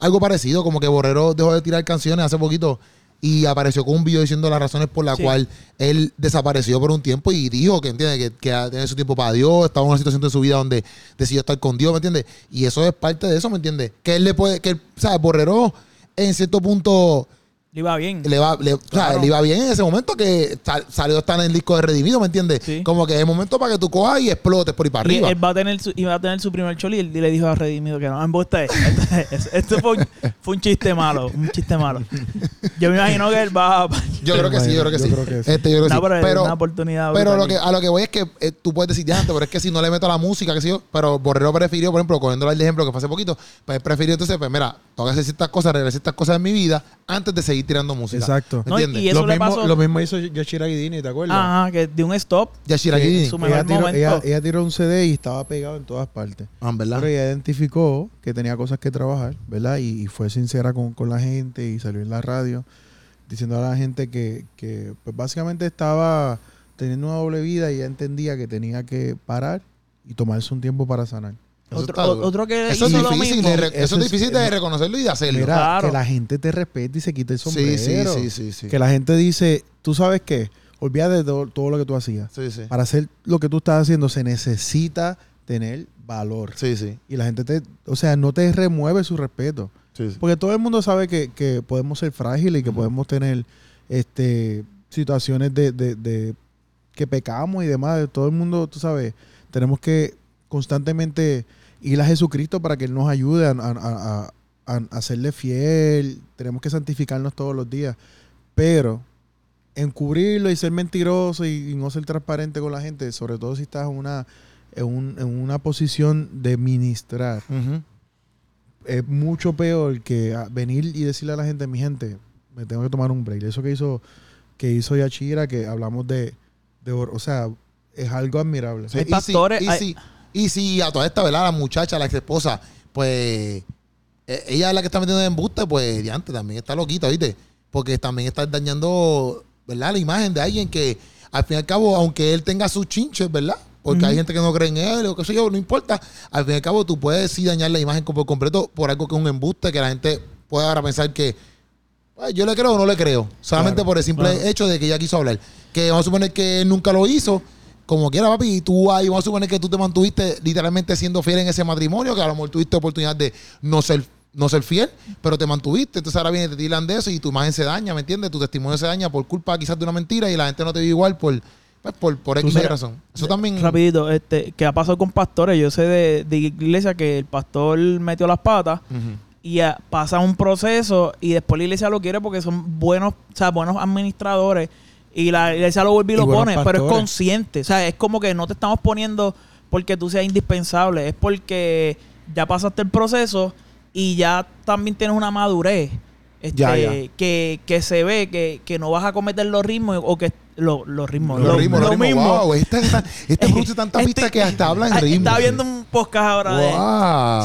Speaker 1: algo parecido, como que Borrero dejó de tirar canciones hace poquito y apareció con un video diciendo las razones por las
Speaker 2: Sí.
Speaker 1: cual él desapareció por un tiempo y dijo que entiende que, que ha- tiene su tiempo para Dios, estaba en una situación de su vida donde decidió estar con Dios, ¿me entiendes? Y eso es parte de eso, ¿me entiendes? Que él le puede, que él, o sea, Borrero en cierto punto
Speaker 2: Le iba bien.
Speaker 1: le va, le, o sea,
Speaker 2: Claro.
Speaker 1: le iba bien en ese momento que sal- salió estar en el disco de Redimido, ¿me entiendes?
Speaker 2: Sí.
Speaker 1: Como que es el momento para que tú cojas y explotes por ahí para
Speaker 2: Y
Speaker 1: arriba.
Speaker 2: él va a tener su, iba a tener su primer choli y él le dijo a Redimido que no, embuste. Entonces, Esto fue un, fue un chiste malo, un chiste malo. Yo me imagino que él va a...
Speaker 1: Yo creo que sí, yo creo que
Speaker 3: Yo
Speaker 1: sí.
Speaker 3: creo que sí.
Speaker 1: Este, yo creo que
Speaker 2: No,
Speaker 1: sí.
Speaker 2: pero es
Speaker 1: Pero,
Speaker 2: una oportunidad.
Speaker 1: Pero
Speaker 2: brutal.
Speaker 1: lo que, a lo que voy es que eh, tú puedes decir, ya, antes, pero es que si no le meto la música, que sé yo, pero Borrero prefirió, por ejemplo, cogiendo el ejemplo que fue hace poquito, pues él prefirió entonces, pues mira, tengo que hacer ciertas cosas, regresar ciertas cosas en mi vida antes de seguir seguir tirando música.
Speaker 3: Exacto.
Speaker 1: ¿Me
Speaker 2: No, y-
Speaker 1: entiendes?
Speaker 2: y eso
Speaker 3: lo,
Speaker 2: le
Speaker 3: mismo,
Speaker 2: pasó-
Speaker 3: lo mismo hizo Yoshira Guidini, ¿te acuerdas?
Speaker 2: Ajá, que de un stop.
Speaker 1: Yashira
Speaker 3: Que
Speaker 1: Giddy.
Speaker 2: su
Speaker 3: ella,
Speaker 2: mejor
Speaker 3: tiró,
Speaker 2: momento.
Speaker 3: ella- ella tiró un CD y estaba pegado en todas partes.
Speaker 1: Ah, ¿verdad?
Speaker 3: Pero ella identificó que tenía cosas que trabajar, ¿verdad? Y, y fue sincera con, con la gente y salió en la radio diciendo a la gente que, que, pues básicamente estaba teniendo una doble vida y ella entendía que tenía que parar y tomarse un tiempo para sanar.
Speaker 1: Eso
Speaker 2: otro,
Speaker 1: está duro.
Speaker 2: otro que
Speaker 1: Eso es
Speaker 2: hizo lo
Speaker 1: difícil,
Speaker 2: mismo.
Speaker 1: de re-
Speaker 3: Eso
Speaker 1: eso es
Speaker 3: es-
Speaker 1: difícil de
Speaker 3: eso-
Speaker 1: reconocerlo y de hacerlo.
Speaker 3: Mira,
Speaker 2: Claro.
Speaker 3: que la gente te respete y se quite el
Speaker 1: sí,
Speaker 3: sombrero.
Speaker 1: sí, sí, sí, sí.
Speaker 3: Que la gente dice, ¿tú sabes qué? Olvídate de todo, todo lo que tú hacías.
Speaker 1: Sí, sí.
Speaker 3: Para hacer lo que tú estás haciendo se necesita tener valor.
Speaker 1: Sí, sí.
Speaker 3: Y la gente te, o sea, no te remueve su respeto.
Speaker 1: sí, sí.
Speaker 3: Porque todo el mundo sabe que, que podemos ser frágiles y que podemos tener este situaciones de, de- de- que pecamos y demás. Todo el mundo, tú sabes, tenemos que constantemente ir a Jesucristo para que Él nos ayude a, a- a- a- a serle fiel. Tenemos que santificarnos todos los días. Pero encubrirlo y ser mentiroso y, y no ser transparente con la gente, sobre todo si estás en una, en un- en una posición de ministrar
Speaker 1: Ujú.
Speaker 3: es mucho peor que ah, venir y decirle a la gente, mi gente, me tengo que tomar un break. Eso que hizo, que hizo Yachira, que hablamos de, de or- o sea, es algo admirable.
Speaker 1: Sí,
Speaker 2: Hay
Speaker 1: y si-
Speaker 2: pastores,
Speaker 1: y
Speaker 2: hay-
Speaker 1: si- y si a toda esta, ¿verdad? La muchacha, la ex esposa, pues eh, ella es la que está metiendo en embuste, pues diante también está loquita, ¿viste? Porque también está dañando, ¿verdad? La imagen de alguien que, al fin y al cabo, aunque él tenga sus chinches, ¿verdad? Porque hay
Speaker 2: Ujú.
Speaker 1: gente que no cree en él, o qué sé yo, no importa. Al fin y al cabo, tú puedes sí dañar la imagen por completo por algo que es un embuste, que la gente puede ahora pensar que, "Ay, Pues, yo le creo o no le creo. Solamente
Speaker 3: Claro,
Speaker 1: por el simple
Speaker 2: claro.
Speaker 1: hecho de que ella quiso hablar. Que vamos a suponer que él nunca lo hizo. Como quiera, papi, y tú ahí, vamos a suponer que tú te mantuviste literalmente siendo fiel en ese matrimonio, que a lo mejor tuviste oportunidad de no ser, no ser fiel, pero te mantuviste. Entonces ahora viene y te tiran de eso y tu imagen se daña, ¿me entiendes? Tu testimonio se daña por culpa quizás de una mentira y la gente no te vive igual por, pues, por, por X o Y
Speaker 2: mira,
Speaker 1: razón. Eso también.
Speaker 2: Rapidito, este, que ha pasado con pastores. Yo sé de, de iglesia que el pastor metió las patas
Speaker 1: Ujú.
Speaker 2: y ah, pasa un proceso y después la iglesia lo quiere porque son buenos, o sea, buenos administradores y la iglesia lo vuelve y,
Speaker 3: Y
Speaker 2: lo
Speaker 3: buenos
Speaker 2: pone, pero es
Speaker 3: pastores.
Speaker 2: consciente, o sea, es como que no te estamos poniendo porque tú seas indispensable, es porque ya pasaste el proceso y ya también tienes una madurez este,
Speaker 3: Ya, ya.
Speaker 2: Que, que se ve que, que no vas a cometer los ritmos o que lo- los ritmos,
Speaker 1: Los
Speaker 2: lo-
Speaker 1: ritmos, los
Speaker 2: lo
Speaker 1: ritmos.
Speaker 2: mismo.
Speaker 1: Wow, este, este, este produce tantas
Speaker 2: Este-
Speaker 1: pistas que hasta habla en
Speaker 2: Ah,
Speaker 1: ritmo.
Speaker 2: Estaba viendo un podcast ahora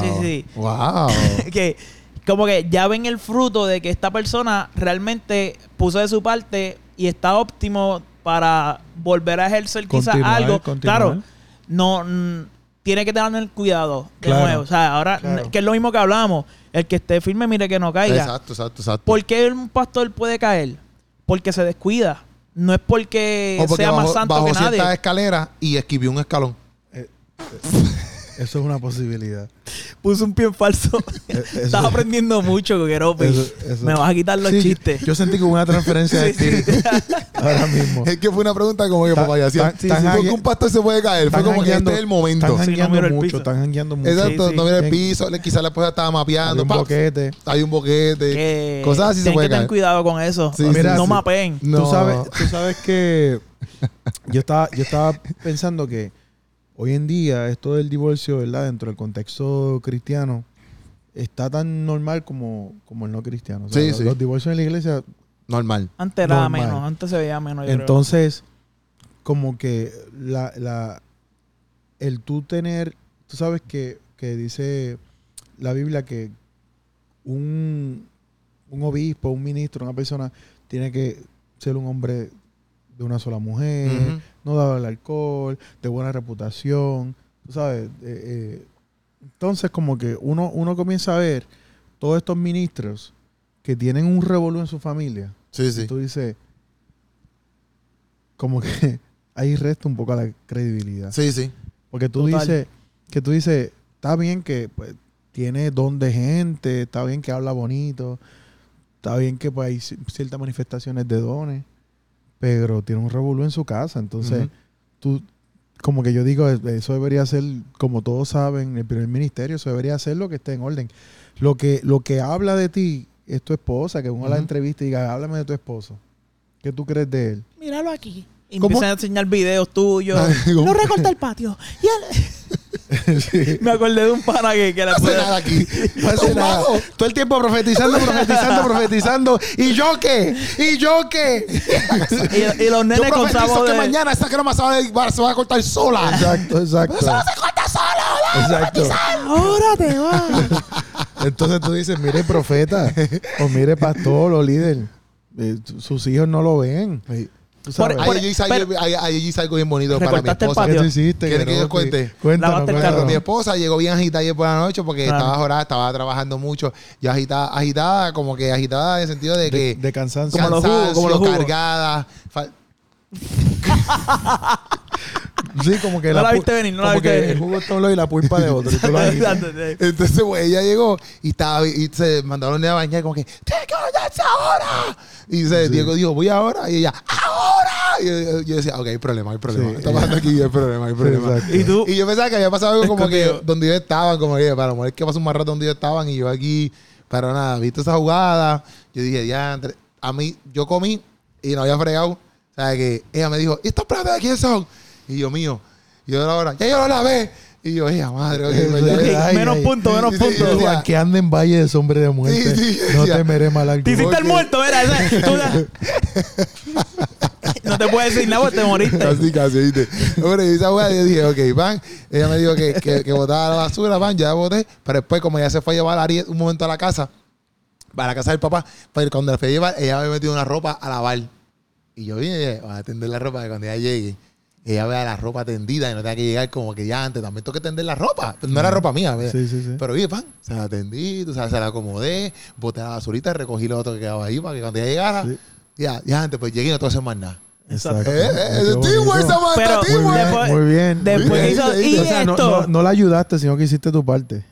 Speaker 2: de,
Speaker 1: Wow.
Speaker 2: Sí, sí.
Speaker 1: Wow.
Speaker 2: que como que ya ven el fruto de que esta persona realmente puso de su parte y está óptimo para volver a ejercer quizás
Speaker 3: Continuar,
Speaker 2: algo.
Speaker 3: continuar.
Speaker 2: Claro, no mm, tiene que tener el cuidado de
Speaker 3: Claro.
Speaker 2: nuevo. O sea, ahora
Speaker 3: Claro.
Speaker 2: que es lo mismo que hablamos, el que esté firme mire que no caiga.
Speaker 1: Exacto, exacto, exacto.
Speaker 2: ¿Por qué un pastor puede caer? Porque se descuida. No es porque,
Speaker 1: O porque
Speaker 2: sea
Speaker 1: bajó,
Speaker 2: más santo
Speaker 1: bajó
Speaker 2: que nadie.
Speaker 3: e-
Speaker 1: ciertas escaleras y esquivé un escalón.
Speaker 3: Eso es una posibilidad.
Speaker 2: Puso un pie en falso.
Speaker 3: E- eso-
Speaker 2: Estás aprendiendo mucho, Coqueropi.
Speaker 3: eso- eso-
Speaker 2: Me vas a quitar los
Speaker 3: Sí,
Speaker 2: chistes.
Speaker 3: Yo sentí que hubo una transferencia de espíritu ahora mismo.
Speaker 1: Es que fue una pregunta como que
Speaker 3: Tan-
Speaker 1: papá ya hacía.
Speaker 3: tan-
Speaker 1: Sí,
Speaker 3: tan
Speaker 1: sí, porque
Speaker 3: jangue-
Speaker 1: un pastor se puede caer. Fue
Speaker 3: Están
Speaker 1: como que este
Speaker 3: jangueando-
Speaker 1: es el momento.
Speaker 3: Están
Speaker 2: Sí, no
Speaker 3: jangueando
Speaker 2: miro el
Speaker 3: mucho,
Speaker 2: piso.
Speaker 3: están jangueando mucho.
Speaker 1: Exacto,
Speaker 2: sí.
Speaker 1: no mira el
Speaker 3: En-
Speaker 1: piso. le- Quizás la esposa estaba mapeando.
Speaker 3: Había un
Speaker 1: pa,
Speaker 3: boquete.
Speaker 1: Hay un boquete.
Speaker 2: que
Speaker 1: Cosas así se
Speaker 2: tienen
Speaker 1: puede
Speaker 2: que tener
Speaker 1: caer.
Speaker 2: cuidado con eso.
Speaker 1: Sí,
Speaker 3: sí,
Speaker 2: no
Speaker 3: sí.
Speaker 2: mapeen.
Speaker 1: No.
Speaker 3: Tú sabes, tú sabes que yo estaba, yo estaba pensando que hoy en día esto del divorcio, ¿verdad? Dentro del contexto cristiano, está tan normal como, como el no cristiano. O sea,
Speaker 1: Sí,
Speaker 3: los,
Speaker 1: sí.
Speaker 3: los divorcios en la iglesia.
Speaker 1: Normal.
Speaker 2: Antes era
Speaker 3: Normal.
Speaker 2: menos, antes se veía menos. Ah, yo creo.
Speaker 3: entonces, como que la, la- el tú tener, tú sabes que, que dice la Biblia que un, un obispo, un ministro, una persona tiene que ser un hombre de una sola mujer,
Speaker 1: Ujú.
Speaker 3: no daba el alcohol, de buena reputación, tú sabes. eh, eh, entonces, como que uno, uno comienza a ver todos estos ministros que tienen un revolú en su familia.
Speaker 1: Sí,
Speaker 3: Y
Speaker 1: sí.
Speaker 3: tú dices, como que ahí resta un poco la credibilidad.
Speaker 1: Sí, sí.
Speaker 3: Porque tú
Speaker 2: Total.
Speaker 3: dices, que tú dices, está bien que pues, tiene don de gente, está bien que habla bonito, está bien que pues, hay ci- ciertas manifestaciones de dones, pero tiene un revolú en su casa. Entonces,
Speaker 1: Ujú.
Speaker 3: tú, como que yo digo, eh, eso debería ser, como todos saben, el primer ministerio, eso debería ser lo que esté en orden. Lo que, lo que habla de ti es tu esposa, que uno a la
Speaker 1: Ujú.
Speaker 3: entrevista y diga, háblame de tu esposo. ¿Qué tú crees de él?
Speaker 4: Míralo aquí.
Speaker 2: Y empiezan a enseñar videos tuyos.
Speaker 1: ¿Cómo?
Speaker 4: No recorta el patio. Y él-
Speaker 2: Me acordé de un pana que, que la
Speaker 1: hace nada aquí.
Speaker 3: No hace nada.
Speaker 1: Tumbado.
Speaker 3: Todo el tiempo profetizando, profetizando, profetizando. ¿Y yo qué? ¿Y yo qué?
Speaker 2: Y, y
Speaker 1: Yo
Speaker 2: los nenes con
Speaker 1: profetizo
Speaker 2: sabor
Speaker 1: que
Speaker 2: de...
Speaker 1: mañana esa crema se va, a, va- se va a cortar sola.
Speaker 3: Exacto, exacto.
Speaker 1: ¡Eso no se corta sola! ¿verdad?
Speaker 3: Exacto.
Speaker 2: Ahora te va.
Speaker 3: Entonces tú dices, mire profeta, o mire pastor, o líder. Eh, tu- sus hijos no lo ven. Tú sabes.
Speaker 2: Por-
Speaker 1: Ahí allí sale- ahí- ahí allí salgo bien bonito para mi
Speaker 2: Recortaste el
Speaker 1: esposa.
Speaker 3: ¿Qué
Speaker 2: patio.
Speaker 3: tú hiciste?
Speaker 1: ¿Quieren que
Speaker 3: no
Speaker 1: yo
Speaker 3: te-
Speaker 1: cuente?
Speaker 3: Cuéntanos,
Speaker 2: Lavaste el
Speaker 1: Pero
Speaker 3: cuéntanos.
Speaker 1: mi esposa llegó bien agitada ayer por la noche porque
Speaker 2: Claro.
Speaker 1: estaba jorada, estaba trabajando mucho. Y agitada, agitada, como que agitada en el sentido de que.
Speaker 3: De, de cansancio.
Speaker 2: Como los jugos,
Speaker 1: cansancio,
Speaker 2: como los jugos.
Speaker 1: cargada. fal-
Speaker 3: Sí, como que
Speaker 2: No la
Speaker 3: pu-
Speaker 2: viste venir, no la
Speaker 3: como
Speaker 2: viste
Speaker 3: que
Speaker 2: venir.
Speaker 3: El jugo está a un lado y la pulpa de otro. y tú lo agitas.
Speaker 1: Entonces, güey, ella llegó y estaba y se mandaron a bañar como que, ¡Tienes que bañarse ahora! Y dice,
Speaker 3: Sí.
Speaker 1: Diego dijo, voy ahora. Y ella, ¡ahora! Y yo, yo decía, ok, hay problema, hay problema.
Speaker 3: Sí.
Speaker 1: Está pasando aquí, hay problema, hay problema.
Speaker 3: Exacto.
Speaker 2: Y tú...
Speaker 1: Y yo pensaba que había pasado algo como que
Speaker 2: Escondido.
Speaker 1: donde yo estaban, como que para mujer que pasó un más rato donde yo estaban y yo aquí, para nada, viste esa jugada. Yo dije, ya, entre- a mí, yo comí y no había fregado. O sea, que ella me dijo, ¿y estos platos de quién son? Y yo, mío. Y yo, ahora, ya yo lo lavé. Y yo, ella, madre, ok, pues ya-
Speaker 2: Ok,
Speaker 3: Ay,
Speaker 2: menos
Speaker 3: ay.
Speaker 2: punto, menos
Speaker 1: Sí, sí,
Speaker 2: punto.
Speaker 1: yo-
Speaker 3: Tú, a que anda en valle de sombra de muerte.
Speaker 1: Sí, sí,
Speaker 3: no
Speaker 1: ya.
Speaker 3: temeré mal
Speaker 2: Te
Speaker 3: alguno.
Speaker 2: hiciste el
Speaker 1: Oye.
Speaker 2: muerto, mira. esa- tú la- no te puedes decir nada porque te moriste.
Speaker 1: Casi, casi, ¿viste? Hombre, y esa weá, yo dije, ok, van. Ella me dijo que, que, que botara la basura, van, ya boté. Pero después, como ella se fue a llevar a Ariel un momento a la casa, para la casa del papá, pero cuando la fui a llevar, ella había metido una ropa a lavar. Y yo vine y dije, voy a tender la ropa, que cuando ella llegue, ella vea la ropa tendida y no tenga que llegar como que ya antes, también tengo que tender la ropa. Pero No era ropa mía, ¿ves?
Speaker 3: Sí, sí, sí.
Speaker 1: Pero oye, pan, se la tendí, tú sabes, se la acomodé, boté la basurita, recogí lo otro que quedaba ahí para que cuando ella llegara,
Speaker 3: Sí.
Speaker 1: ya, ya antes, pues llegué y no tengo que hacer más nada.
Speaker 3: Exacto.
Speaker 1: Eh, eh,
Speaker 3: Ay, qué
Speaker 1: teamwork,
Speaker 3: bonito.
Speaker 1: Samantha,
Speaker 2: Pero-
Speaker 3: Muy
Speaker 1: teamwork.
Speaker 3: bien,
Speaker 2: Después-
Speaker 3: muy bien.
Speaker 2: Después
Speaker 1: Viste,
Speaker 2: hizo,
Speaker 1: viste,
Speaker 2: y
Speaker 1: o
Speaker 3: O sea, no,
Speaker 2: esto.
Speaker 3: no, no la ayudaste, sino que hiciste tu parte.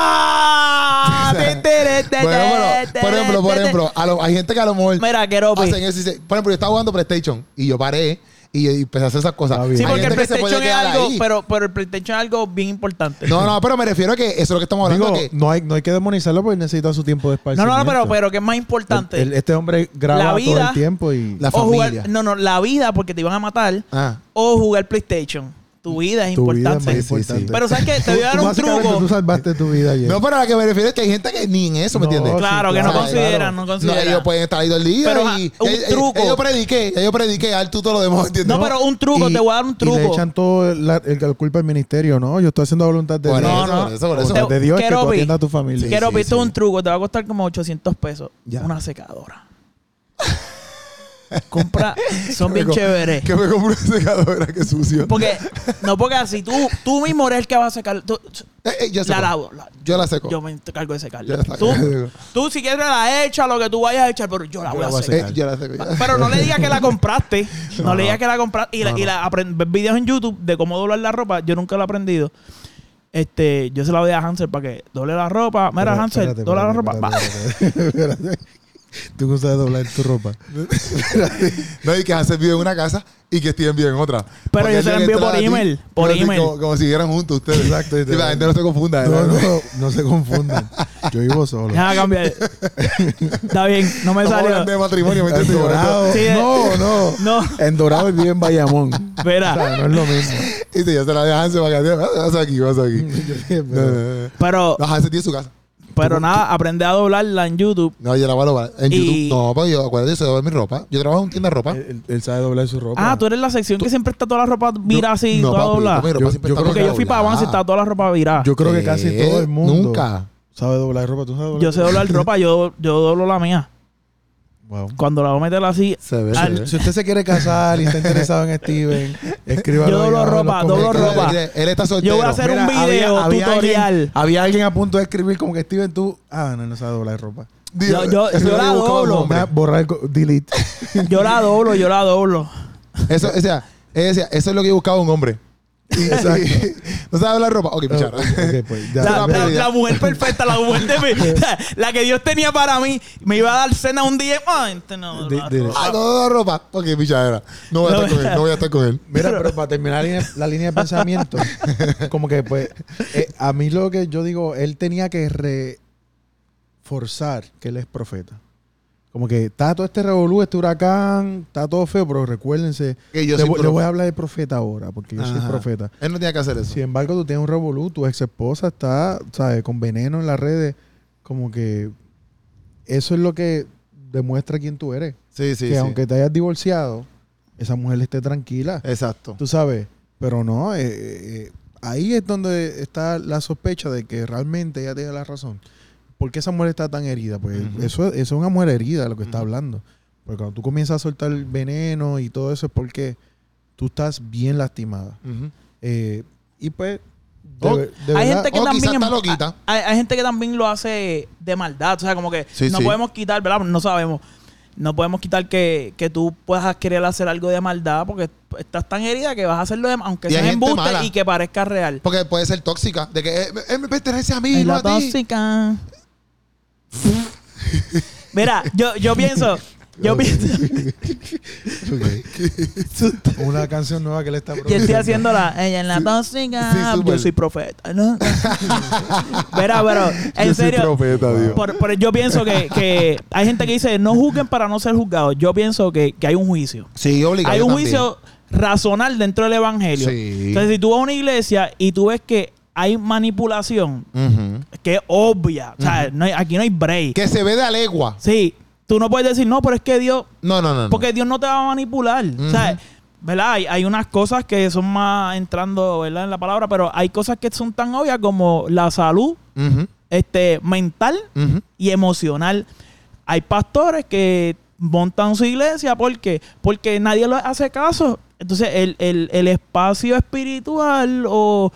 Speaker 2: ¡Ah! Te, te, te, te,
Speaker 1: Por ejemplo,
Speaker 2: te,
Speaker 1: por ejemplo, por
Speaker 2: te, te.
Speaker 1: ejemplo, a lo- hay gente que a lo mejor
Speaker 2: Mira, Keropi.
Speaker 1: hacen eso y se- por ejemplo, yo estaba jugando PlayStation y yo paré y, y empecé a hacer esas cosas.
Speaker 3: Está bien.
Speaker 2: Sí,
Speaker 1: Hay
Speaker 2: porque el
Speaker 1: gente que se puede
Speaker 2: PlayStation es
Speaker 1: quedar
Speaker 2: algo,
Speaker 1: ahí.
Speaker 2: pero, pero el PlayStation es algo bien importante.
Speaker 1: No, no, pero me refiero a que eso es lo que estamos hablando
Speaker 3: Digo,
Speaker 1: que
Speaker 3: no hay, no hay que demonizarlo porque necesita su tiempo de
Speaker 2: No,
Speaker 3: esparcimiento.
Speaker 2: no, no, pero, pero que es más importante.
Speaker 3: El- el- este hombre graba
Speaker 2: La
Speaker 3: todo
Speaker 2: vida-
Speaker 3: el tiempo y...
Speaker 1: La-
Speaker 2: o
Speaker 1: familia.
Speaker 2: jugar, no, no, la vida porque te iban a matar.
Speaker 1: Ah.
Speaker 2: O jugar PlayStation. Tu vida es
Speaker 3: Tu vida
Speaker 2: importante.
Speaker 3: es más
Speaker 1: Sí, sí, sí.
Speaker 3: importante.
Speaker 2: Pero sabes que te voy a dar
Speaker 3: Tú
Speaker 2: un
Speaker 3: básicamente
Speaker 2: truco.
Speaker 3: Tú salvaste tu vida ayer.
Speaker 1: No, pero a la que me refiero es que hay gente que ni en eso, ¿me
Speaker 3: No,
Speaker 1: entiendes?
Speaker 2: Claro,
Speaker 3: Sí,
Speaker 2: que no
Speaker 1: claro,
Speaker 2: consideran,
Speaker 3: claro.
Speaker 2: no
Speaker 1: No,
Speaker 2: consideran.
Speaker 1: ellos pueden estar ahí todo el día
Speaker 2: Pero,
Speaker 1: y
Speaker 2: ah, un
Speaker 1: ya- ya-
Speaker 2: truco.
Speaker 1: Yo prediqué, ya yo prediqué, al tú todo lo demás, ¿entiendes?
Speaker 2: No, pero un truco,
Speaker 3: Y-
Speaker 2: te voy a dar un
Speaker 3: Y le
Speaker 2: truco.
Speaker 3: echan todo el, la, el- la culpa al ministerio, ¿no? Yo estoy haciendo la voluntad de
Speaker 1: Por
Speaker 3: Dios.
Speaker 1: eso,
Speaker 2: no.
Speaker 1: por eso, por
Speaker 3: Voluntad
Speaker 1: eso.
Speaker 3: de Dios es que tú
Speaker 2: Keropi.
Speaker 3: atiendas a tu familia.
Speaker 1: Sí.
Speaker 2: Quiero viste un truco, te va a costar como 800 pesos.
Speaker 3: Ya.
Speaker 2: Una secadora. Compra, son bien
Speaker 1: co-
Speaker 2: chéveres.
Speaker 1: Que me compré una secadora, que sucio.
Speaker 2: Porque, no, porque así tú, tú mismo eres el que va a secar. tú-
Speaker 1: Eh, eh, yo,
Speaker 2: la
Speaker 1: seco.
Speaker 2: lavo. la-
Speaker 1: yo la seco.
Speaker 2: yo me encargo de secarla.
Speaker 1: Yo la saco.
Speaker 2: Tú, tú si quieres la echa, lo que tú vayas a echar, pero yo la voy a secar.
Speaker 1: Eh, yo la seco. yo-
Speaker 2: Pero no le digas que la compraste. No,
Speaker 1: No,
Speaker 2: le
Speaker 1: no.
Speaker 2: digas que la compraste. Y, la-
Speaker 1: No,
Speaker 2: y
Speaker 1: no.
Speaker 2: la aprend- ves videos en YouTube de cómo doblar la ropa. Yo nunca lo he aprendido. Este, yo se la doy a Hansel para que doble la ropa. Mira,
Speaker 3: Pero,
Speaker 2: Hansel,
Speaker 3: espérate,
Speaker 2: dobla la ropa.
Speaker 3: espérate, espérate, espérate. Tú no sabes doblar tu ropa.
Speaker 1: No, y que Hansel vive en una casa y que Steven vive en otra.
Speaker 2: Pero
Speaker 1: Porque
Speaker 2: yo
Speaker 1: es
Speaker 2: se la
Speaker 1: que
Speaker 2: envío
Speaker 1: te
Speaker 2: por
Speaker 1: da a ti,
Speaker 2: email, por
Speaker 1: como si-
Speaker 2: email.
Speaker 1: Como, como si vivieran juntos ustedes.
Speaker 3: Exacto,
Speaker 1: Y la
Speaker 3: literal.
Speaker 1: gente no se confunda.
Speaker 3: No,
Speaker 1: ¿verdad?
Speaker 3: no, no se confundan. Yo vivo solo.
Speaker 2: Déjame cambiar. Está bien, no me
Speaker 1: Estamos
Speaker 2: salió.
Speaker 1: hablando de matrimonio, ¿me
Speaker 3: En
Speaker 1: entiendes?
Speaker 3: Dorado.
Speaker 2: Sí, eh.
Speaker 3: no, no.
Speaker 2: No,
Speaker 3: En Dorado él vive en Bayamón. O
Speaker 2: espera.
Speaker 3: sea, no es lo mismo.
Speaker 1: Y si yo se la dejo a Hansel para que vas aquí, vas aquí.
Speaker 3: Yo dije,
Speaker 1: No,
Speaker 3: pero-
Speaker 1: no, no.
Speaker 2: Pero,
Speaker 1: No, Hansel tiene su casa.
Speaker 2: pero nada, aprende a doblarla en YouTube.
Speaker 1: No, yo la voy a lavar. En
Speaker 2: Y-
Speaker 1: YouTube. No, pues yo acuérdate, yo doy mi ropa. Yo trabajo en una tienda de ropa.
Speaker 3: él, él- él sabe doblar su ropa.
Speaker 2: Ah, tú eres la sección que siempre está toda la ropa virada así,
Speaker 1: no,
Speaker 2: toda
Speaker 1: papi,
Speaker 2: doblada.
Speaker 1: no, mi ropa
Speaker 3: Yo-
Speaker 1: siempre
Speaker 3: yo
Speaker 1: está
Speaker 3: creo
Speaker 2: Porque yo fui para
Speaker 1: doblada.
Speaker 2: Avance y está toda la ropa virada.
Speaker 3: Yo creo que
Speaker 1: Eh,
Speaker 3: casi todo el mundo
Speaker 1: Nunca.
Speaker 3: sabe doblar ropa. ¿Tú sabes doblar
Speaker 2: Yo sé doblar ropa, yo, yo doblo la mía.
Speaker 3: Wow.
Speaker 2: Cuando la voy a meter así,
Speaker 1: Se ve.
Speaker 2: Al-
Speaker 1: se ve.
Speaker 3: Si usted se quiere casar y está interesado en Steven, escríbalo.
Speaker 2: Yo doblo
Speaker 3: ahí abajo en
Speaker 2: ropa,
Speaker 3: los
Speaker 2: doblo
Speaker 3: comentarios.
Speaker 2: ropa.
Speaker 1: Él, él está soltero.
Speaker 2: Yo voy a hacer un video tutorial.
Speaker 3: Alguien, había alguien a punto de escribir como que Steven, tú. Ah, no, no sabe doblar ropa.
Speaker 2: Yo- yo-
Speaker 1: eso
Speaker 2: yo
Speaker 1: es lo que buscaba
Speaker 2: la
Speaker 1: el
Speaker 2: doblo.
Speaker 1: hombre.
Speaker 3: Ah, borrar, el co- delete.
Speaker 2: yo la doblo, yo la doblo.
Speaker 1: Eso, o sea, él decía, eso es lo que buscaba un hombre. Y- y- ¿No sabe hablar ropa? Ok,
Speaker 3: Ah,
Speaker 1: pichar.
Speaker 3: ok, ok, pues, ya.
Speaker 2: La,
Speaker 1: Yo la
Speaker 2: la-
Speaker 1: perdí.
Speaker 2: la mujer perfecta, la mujer de mí, o sea, la que Dios tenía para mí, me iba a dar cena un día. Ay, este no,
Speaker 3: Di-
Speaker 2: la-
Speaker 3: dile.
Speaker 1: Ah, no, no, no, ropa. Ok, pichadera. No voy a
Speaker 2: No,
Speaker 1: estar con él, no voy a estar con él.
Speaker 3: Mira, pero para terminar la línea, la línea de pensamiento, como que pues, eh, a mí lo que yo digo, él tenía que reforzar que él es profeta. Como que está todo este revolú, este huracán, está todo feo, pero recuérdense.
Speaker 1: Que yo
Speaker 3: le,
Speaker 1: soy
Speaker 3: voy- le
Speaker 1: profe-
Speaker 3: voy a hablar de profeta ahora, porque yo soy
Speaker 1: Ajá.
Speaker 3: profeta.
Speaker 1: Él no tenía que hacer eso.
Speaker 3: Sin embargo, tú tienes un revolú, tu ex esposa está, ¿sabes? Con veneno en las redes. Como que eso es lo que demuestra quién tú eres.
Speaker 1: Sí, sí,
Speaker 3: que
Speaker 1: sí.
Speaker 3: aunque te hayas divorciado, esa mujer esté tranquila.
Speaker 1: Exacto.
Speaker 3: Tú sabes, pero no, eh, eh, eh, ahí es donde está la sospecha de que realmente ella tiene la razón. ¿Por qué esa mujer está tan herida? Pues
Speaker 1: Ujú.
Speaker 3: eso, eso es una mujer herida lo que está
Speaker 1: Ujú.
Speaker 3: hablando. Porque cuando tú comienzas a soltar el veneno y todo eso es porque tú estás bien lastimada.
Speaker 1: Ujú.
Speaker 3: Eh, y pues, de,
Speaker 1: Oh,
Speaker 3: ver- de
Speaker 2: hay
Speaker 3: verdad,
Speaker 2: gente que
Speaker 1: o quizá
Speaker 2: también
Speaker 1: está
Speaker 2: es-
Speaker 1: loquita.
Speaker 2: Hay, hay gente que también lo hace de maldad, o sea, como que
Speaker 1: Sí,
Speaker 2: no
Speaker 1: sí.
Speaker 2: podemos quitar, ¿verdad? No sabemos. No podemos quitar que, que tú puedas querer hacer algo de maldad porque estás tan herida que vas a hacerlo de,
Speaker 1: Y
Speaker 2: aunque
Speaker 1: hay
Speaker 2: sea
Speaker 1: gente
Speaker 2: embuste
Speaker 1: mala.
Speaker 2: y que parezca real.
Speaker 1: Porque puede ser tóxica. De que eh, eh, me pertenece a mí,
Speaker 2: Es
Speaker 1: no a
Speaker 2: la
Speaker 1: ti.
Speaker 2: tóxica. Mira, yo, yo pienso, yo pienso,
Speaker 3: una canción nueva que le está
Speaker 2: Yo estoy
Speaker 3: produciendo.
Speaker 2: haciendo la. Ella en la
Speaker 1: sí,
Speaker 2: tóxica.
Speaker 1: súper.
Speaker 2: yo soy profeta. ¿no? Verá, pero. En
Speaker 1: Yo soy
Speaker 2: serio.
Speaker 1: profeta, Dios.
Speaker 2: por- por- yo pienso que, que hay gente que dice no juzguen para no ser juzgados. Yo pienso que, que hay un juicio.
Speaker 1: Sí, obligado.
Speaker 2: hay
Speaker 1: yo
Speaker 2: un
Speaker 1: también.
Speaker 2: juicio racional dentro del evangelio.
Speaker 1: Sí.
Speaker 2: Entonces, si tú vas a una iglesia y tú ves que hay manipulación,
Speaker 1: Ujú.
Speaker 2: que es obvia, o sea, no hay- aquí no hay break.
Speaker 1: Que se ve de alegua.
Speaker 2: Sí, tú no puedes decir no, pero es que Dios.
Speaker 1: No, no, no. no.
Speaker 2: Porque Dios no te va a manipular. O sea, ¿verdad? Hay, hay unas cosas que son más entrando, ¿verdad? En la palabra, pero hay cosas que son tan obvias como la salud
Speaker 1: Ujú,
Speaker 2: este, mental
Speaker 1: ujú.
Speaker 2: y emocional. Hay pastores que montan su iglesia porque, porque nadie les hace caso. Entonces, el, el- el espacio espiritual o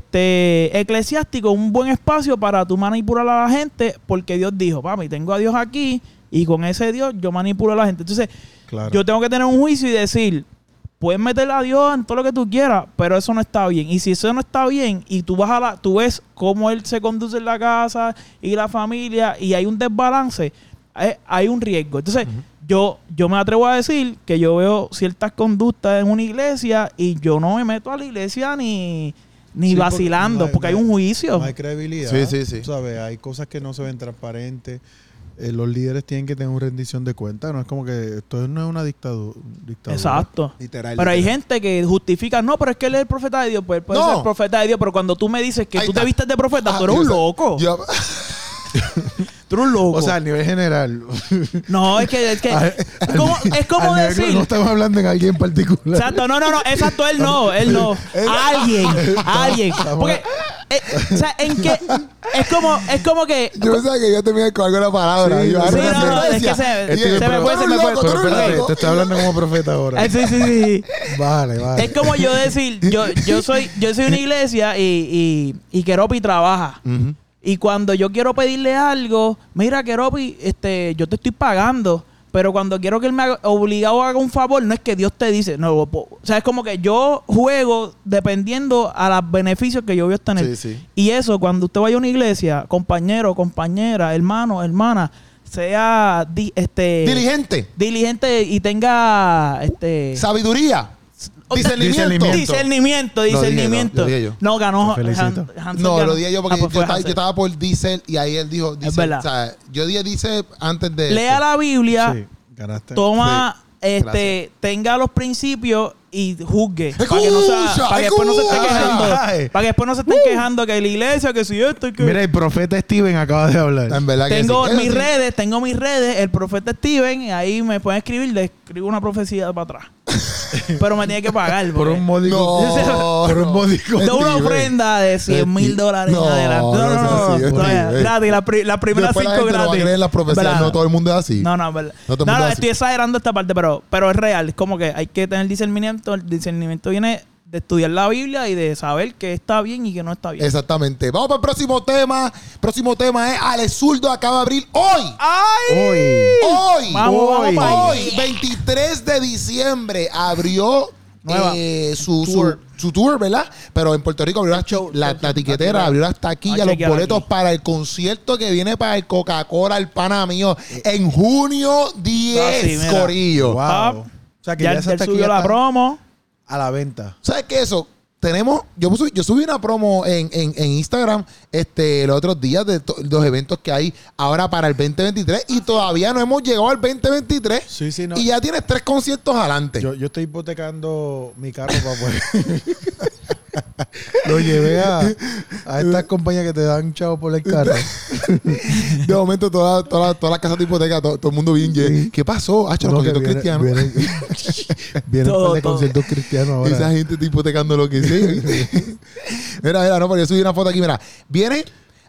Speaker 2: este eclesiástico, un buen espacio para tú manipular a la gente, porque Dios dijo, papi, tengo a Dios aquí, y con ese Dios yo manipulo a la gente. Entonces,
Speaker 3: Claro.
Speaker 2: yo tengo que tener un juicio y decir, puedes meter a Dios en todo lo que tú quieras, pero eso no está bien. Y si eso no está bien, y tú vas a la, tú ves cómo él se conduce en la casa y la familia, y hay un desbalance, hay, hay un riesgo. Entonces, yo, yo me atrevo a decir que yo veo ciertas conductas en una iglesia y yo no me meto a la iglesia ni, ni
Speaker 3: Sí, porque
Speaker 2: vacilando,
Speaker 3: no hay-
Speaker 2: porque hay
Speaker 3: no hay-
Speaker 2: un juicio.
Speaker 3: No hay credibilidad.
Speaker 1: Sí, sí, sí.
Speaker 3: Tú ¿Sabes? Hay cosas que no se ven transparentes. Eh, los líderes tienen que tener una rendición de cuentas. No es como que esto no es una dictadu- dictadura.
Speaker 2: Exacto.
Speaker 1: Literal.
Speaker 2: Pero hay
Speaker 1: literal.
Speaker 2: gente que justifica, no, pero es que él es el profeta de Dios, pues él puede
Speaker 1: No.
Speaker 2: ser el profeta de Dios, pero cuando tú me dices que
Speaker 1: Ahí
Speaker 2: tú te
Speaker 1: está.
Speaker 2: vistes de profeta,
Speaker 1: Ah,
Speaker 2: tú eres un
Speaker 1: yo-
Speaker 2: loco.
Speaker 1: yo-
Speaker 2: tú eres un loco.
Speaker 3: O sea, a nivel general.
Speaker 2: no, es que es, que,
Speaker 3: A-
Speaker 2: es como, es como
Speaker 3: Al nivel-
Speaker 2: decir.
Speaker 3: No estamos hablando en alguien en particular.
Speaker 2: Exacto, no, no, no, exacto, él no, él no. Alguien, alguien. Porque, eh, o sea, en que es como, es como que.
Speaker 1: Yo pensaba que yo terminé con alguna palabra.
Speaker 3: Sí,
Speaker 1: yo, ah,
Speaker 3: sí,
Speaker 1: ahora
Speaker 3: no,
Speaker 1: me
Speaker 3: no,
Speaker 2: es
Speaker 1: decía,
Speaker 2: que se-
Speaker 1: "Oye,
Speaker 3: se me
Speaker 1: pero
Speaker 2: fue,
Speaker 1: tú
Speaker 2: se
Speaker 1: eres
Speaker 2: me fue".
Speaker 1: loco, tú
Speaker 3: Pero
Speaker 1: eres
Speaker 3: espérate,
Speaker 1: loco.
Speaker 3: te estoy hablando como profeta ahora.
Speaker 2: eh, sí, sí, sí.
Speaker 3: Vale, vale.
Speaker 2: Es como yo decir, yo, yo soy, yo soy una iglesia y, y, y Keropi trabaja.
Speaker 1: Ujú.
Speaker 2: Y cuando yo quiero pedirle algo, mira, Keropi, este, yo te estoy pagando. Pero cuando quiero que él me haga obligado haga un favor, no es que Dios te dice, no, po- o sea, es como que yo juego dependiendo a los beneficios que yo voy a obtener.
Speaker 1: Sí, sí.
Speaker 2: Y eso, cuando usted vaya a una iglesia, compañero, compañera, hermano, hermana, sea di- este,
Speaker 1: Diligente.
Speaker 2: diligente y tenga este,
Speaker 1: Sabiduría.
Speaker 2: o sea,
Speaker 1: Discernimiento.
Speaker 2: Discernimiento,
Speaker 1: Lo dije,
Speaker 2: discernimiento.
Speaker 1: lo dije yo.
Speaker 2: No, ganó
Speaker 3: Te felicito.
Speaker 2: Han- Hansel
Speaker 1: No,
Speaker 2: ganó.
Speaker 1: lo dije yo porque
Speaker 2: Ah,
Speaker 1: yo,
Speaker 2: pues fue
Speaker 1: estaba, yo
Speaker 2: Hansel.
Speaker 1: estaba por Diesel y ahí él dijo Diesel.
Speaker 2: verdad.
Speaker 1: O sea, yo dije Diesel antes de.
Speaker 2: Lea la Biblia,
Speaker 3: Sí, ganaste.
Speaker 2: toma, este, tenga los principios y juzgue. para que no sea-
Speaker 1: Escucha,
Speaker 2: para que después no se esté
Speaker 1: escucha. Uh.
Speaker 2: quejando.
Speaker 3: Ay.
Speaker 2: Para que después no se estén quejando que la iglesia, que si esto, que.
Speaker 3: Mira, el profeta Steven acaba de hablar.
Speaker 1: Ah, En verdad que
Speaker 2: tengo
Speaker 1: sí.
Speaker 2: mis
Speaker 1: Eso sí.
Speaker 2: redes, tengo mis redes, el profeta Steven, y ahí me pueden escribir, le escribo una profecía para atrás. Pero me tiene que pagar.
Speaker 3: Por
Speaker 2: porque-
Speaker 3: un módico.
Speaker 1: No,
Speaker 3: por un
Speaker 1: no.
Speaker 3: módico.
Speaker 2: de una
Speaker 1: Steven.
Speaker 2: ofrenda de 100 mil
Speaker 1: Steven.
Speaker 2: dólares en
Speaker 1: No, no
Speaker 2: adelante. No, no,
Speaker 1: seas
Speaker 2: no.
Speaker 1: así,
Speaker 2: no,
Speaker 1: Steven,
Speaker 2: no,
Speaker 1: eh.
Speaker 2: gratis, la, pri- la primera
Speaker 1: Después la
Speaker 2: cinco
Speaker 1: gente no va a
Speaker 2: gratis.
Speaker 1: creer en las profecías.
Speaker 2: ¿Verdad?
Speaker 1: No todo el mundo es así.
Speaker 2: No, no, es verdad.
Speaker 1: No
Speaker 2: No,
Speaker 1: todo el
Speaker 2: no,
Speaker 1: mundo hace.
Speaker 2: estoy exagerando esta parte, pero, pero es real. Es como que hay que tener discernimiento. El discernimiento viene de estudiar la Biblia y de saber que está bien y que no está bien.
Speaker 1: Exactamente. Vamos para el próximo tema. Próximo tema es Alex Zurdo acaba de abrir hoy.
Speaker 2: ¡Ay!
Speaker 3: Hoy.
Speaker 1: Hoy.
Speaker 2: Vamos, vamos
Speaker 1: hoy,
Speaker 2: pa'
Speaker 1: hoy, 23 de diciembre, abrió
Speaker 2: Nueva.
Speaker 1: eh, su, su-
Speaker 2: Tour.
Speaker 1: su tour, ¿verdad? Pero en Puerto Rico abrió la, la- la tiquetera, abrió las
Speaker 2: Ah,
Speaker 1: taquillas, los
Speaker 2: chequear
Speaker 1: boletos
Speaker 2: aquí.
Speaker 1: para el concierto que viene para el Coca-Cola, el pana mío, en junio 10,
Speaker 2: Así, mira.
Speaker 1: Corillo.
Speaker 3: Wow.
Speaker 2: Ah,
Speaker 3: O sea, que ya,
Speaker 2: Ya,
Speaker 3: esa
Speaker 2: ya él
Speaker 3: taquilla
Speaker 2: subió la
Speaker 3: está
Speaker 2: promo.
Speaker 3: a la venta.
Speaker 1: ¿Sabes qué eso? tenemos, yo, puse- yo subí una promo en, en- en Instagram este, los otros días de to- los eventos que hay ahora para el 2023 y todavía no hemos llegado al 2023
Speaker 3: Sí, sí, no.
Speaker 1: y ya tienes tres conciertos adelante.
Speaker 3: Yo, yo estoy hipotecando mi carro para poder. Lo llevé a, a estas compañías que te dan chavo por el carro.
Speaker 1: de momento todas toda, toda las casas de hipoteca, to- todo el mundo bien. ye- ¿Qué pasó? Ah, los
Speaker 3: Uno que
Speaker 1: conciertos cristianos.
Speaker 3: Viene, viene
Speaker 2: Todo,
Speaker 3: un par de
Speaker 2: todo.
Speaker 3: conciertos cristianos ahora.
Speaker 1: Esa gente está hipotecando lo que sea. mira, mira, no, pero yo subí una foto aquí, mira. Viene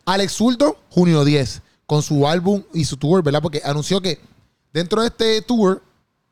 Speaker 1: Alex Zurdo, junio 10, con su álbum y su tour, ¿verdad? Porque anunció que dentro de este tour,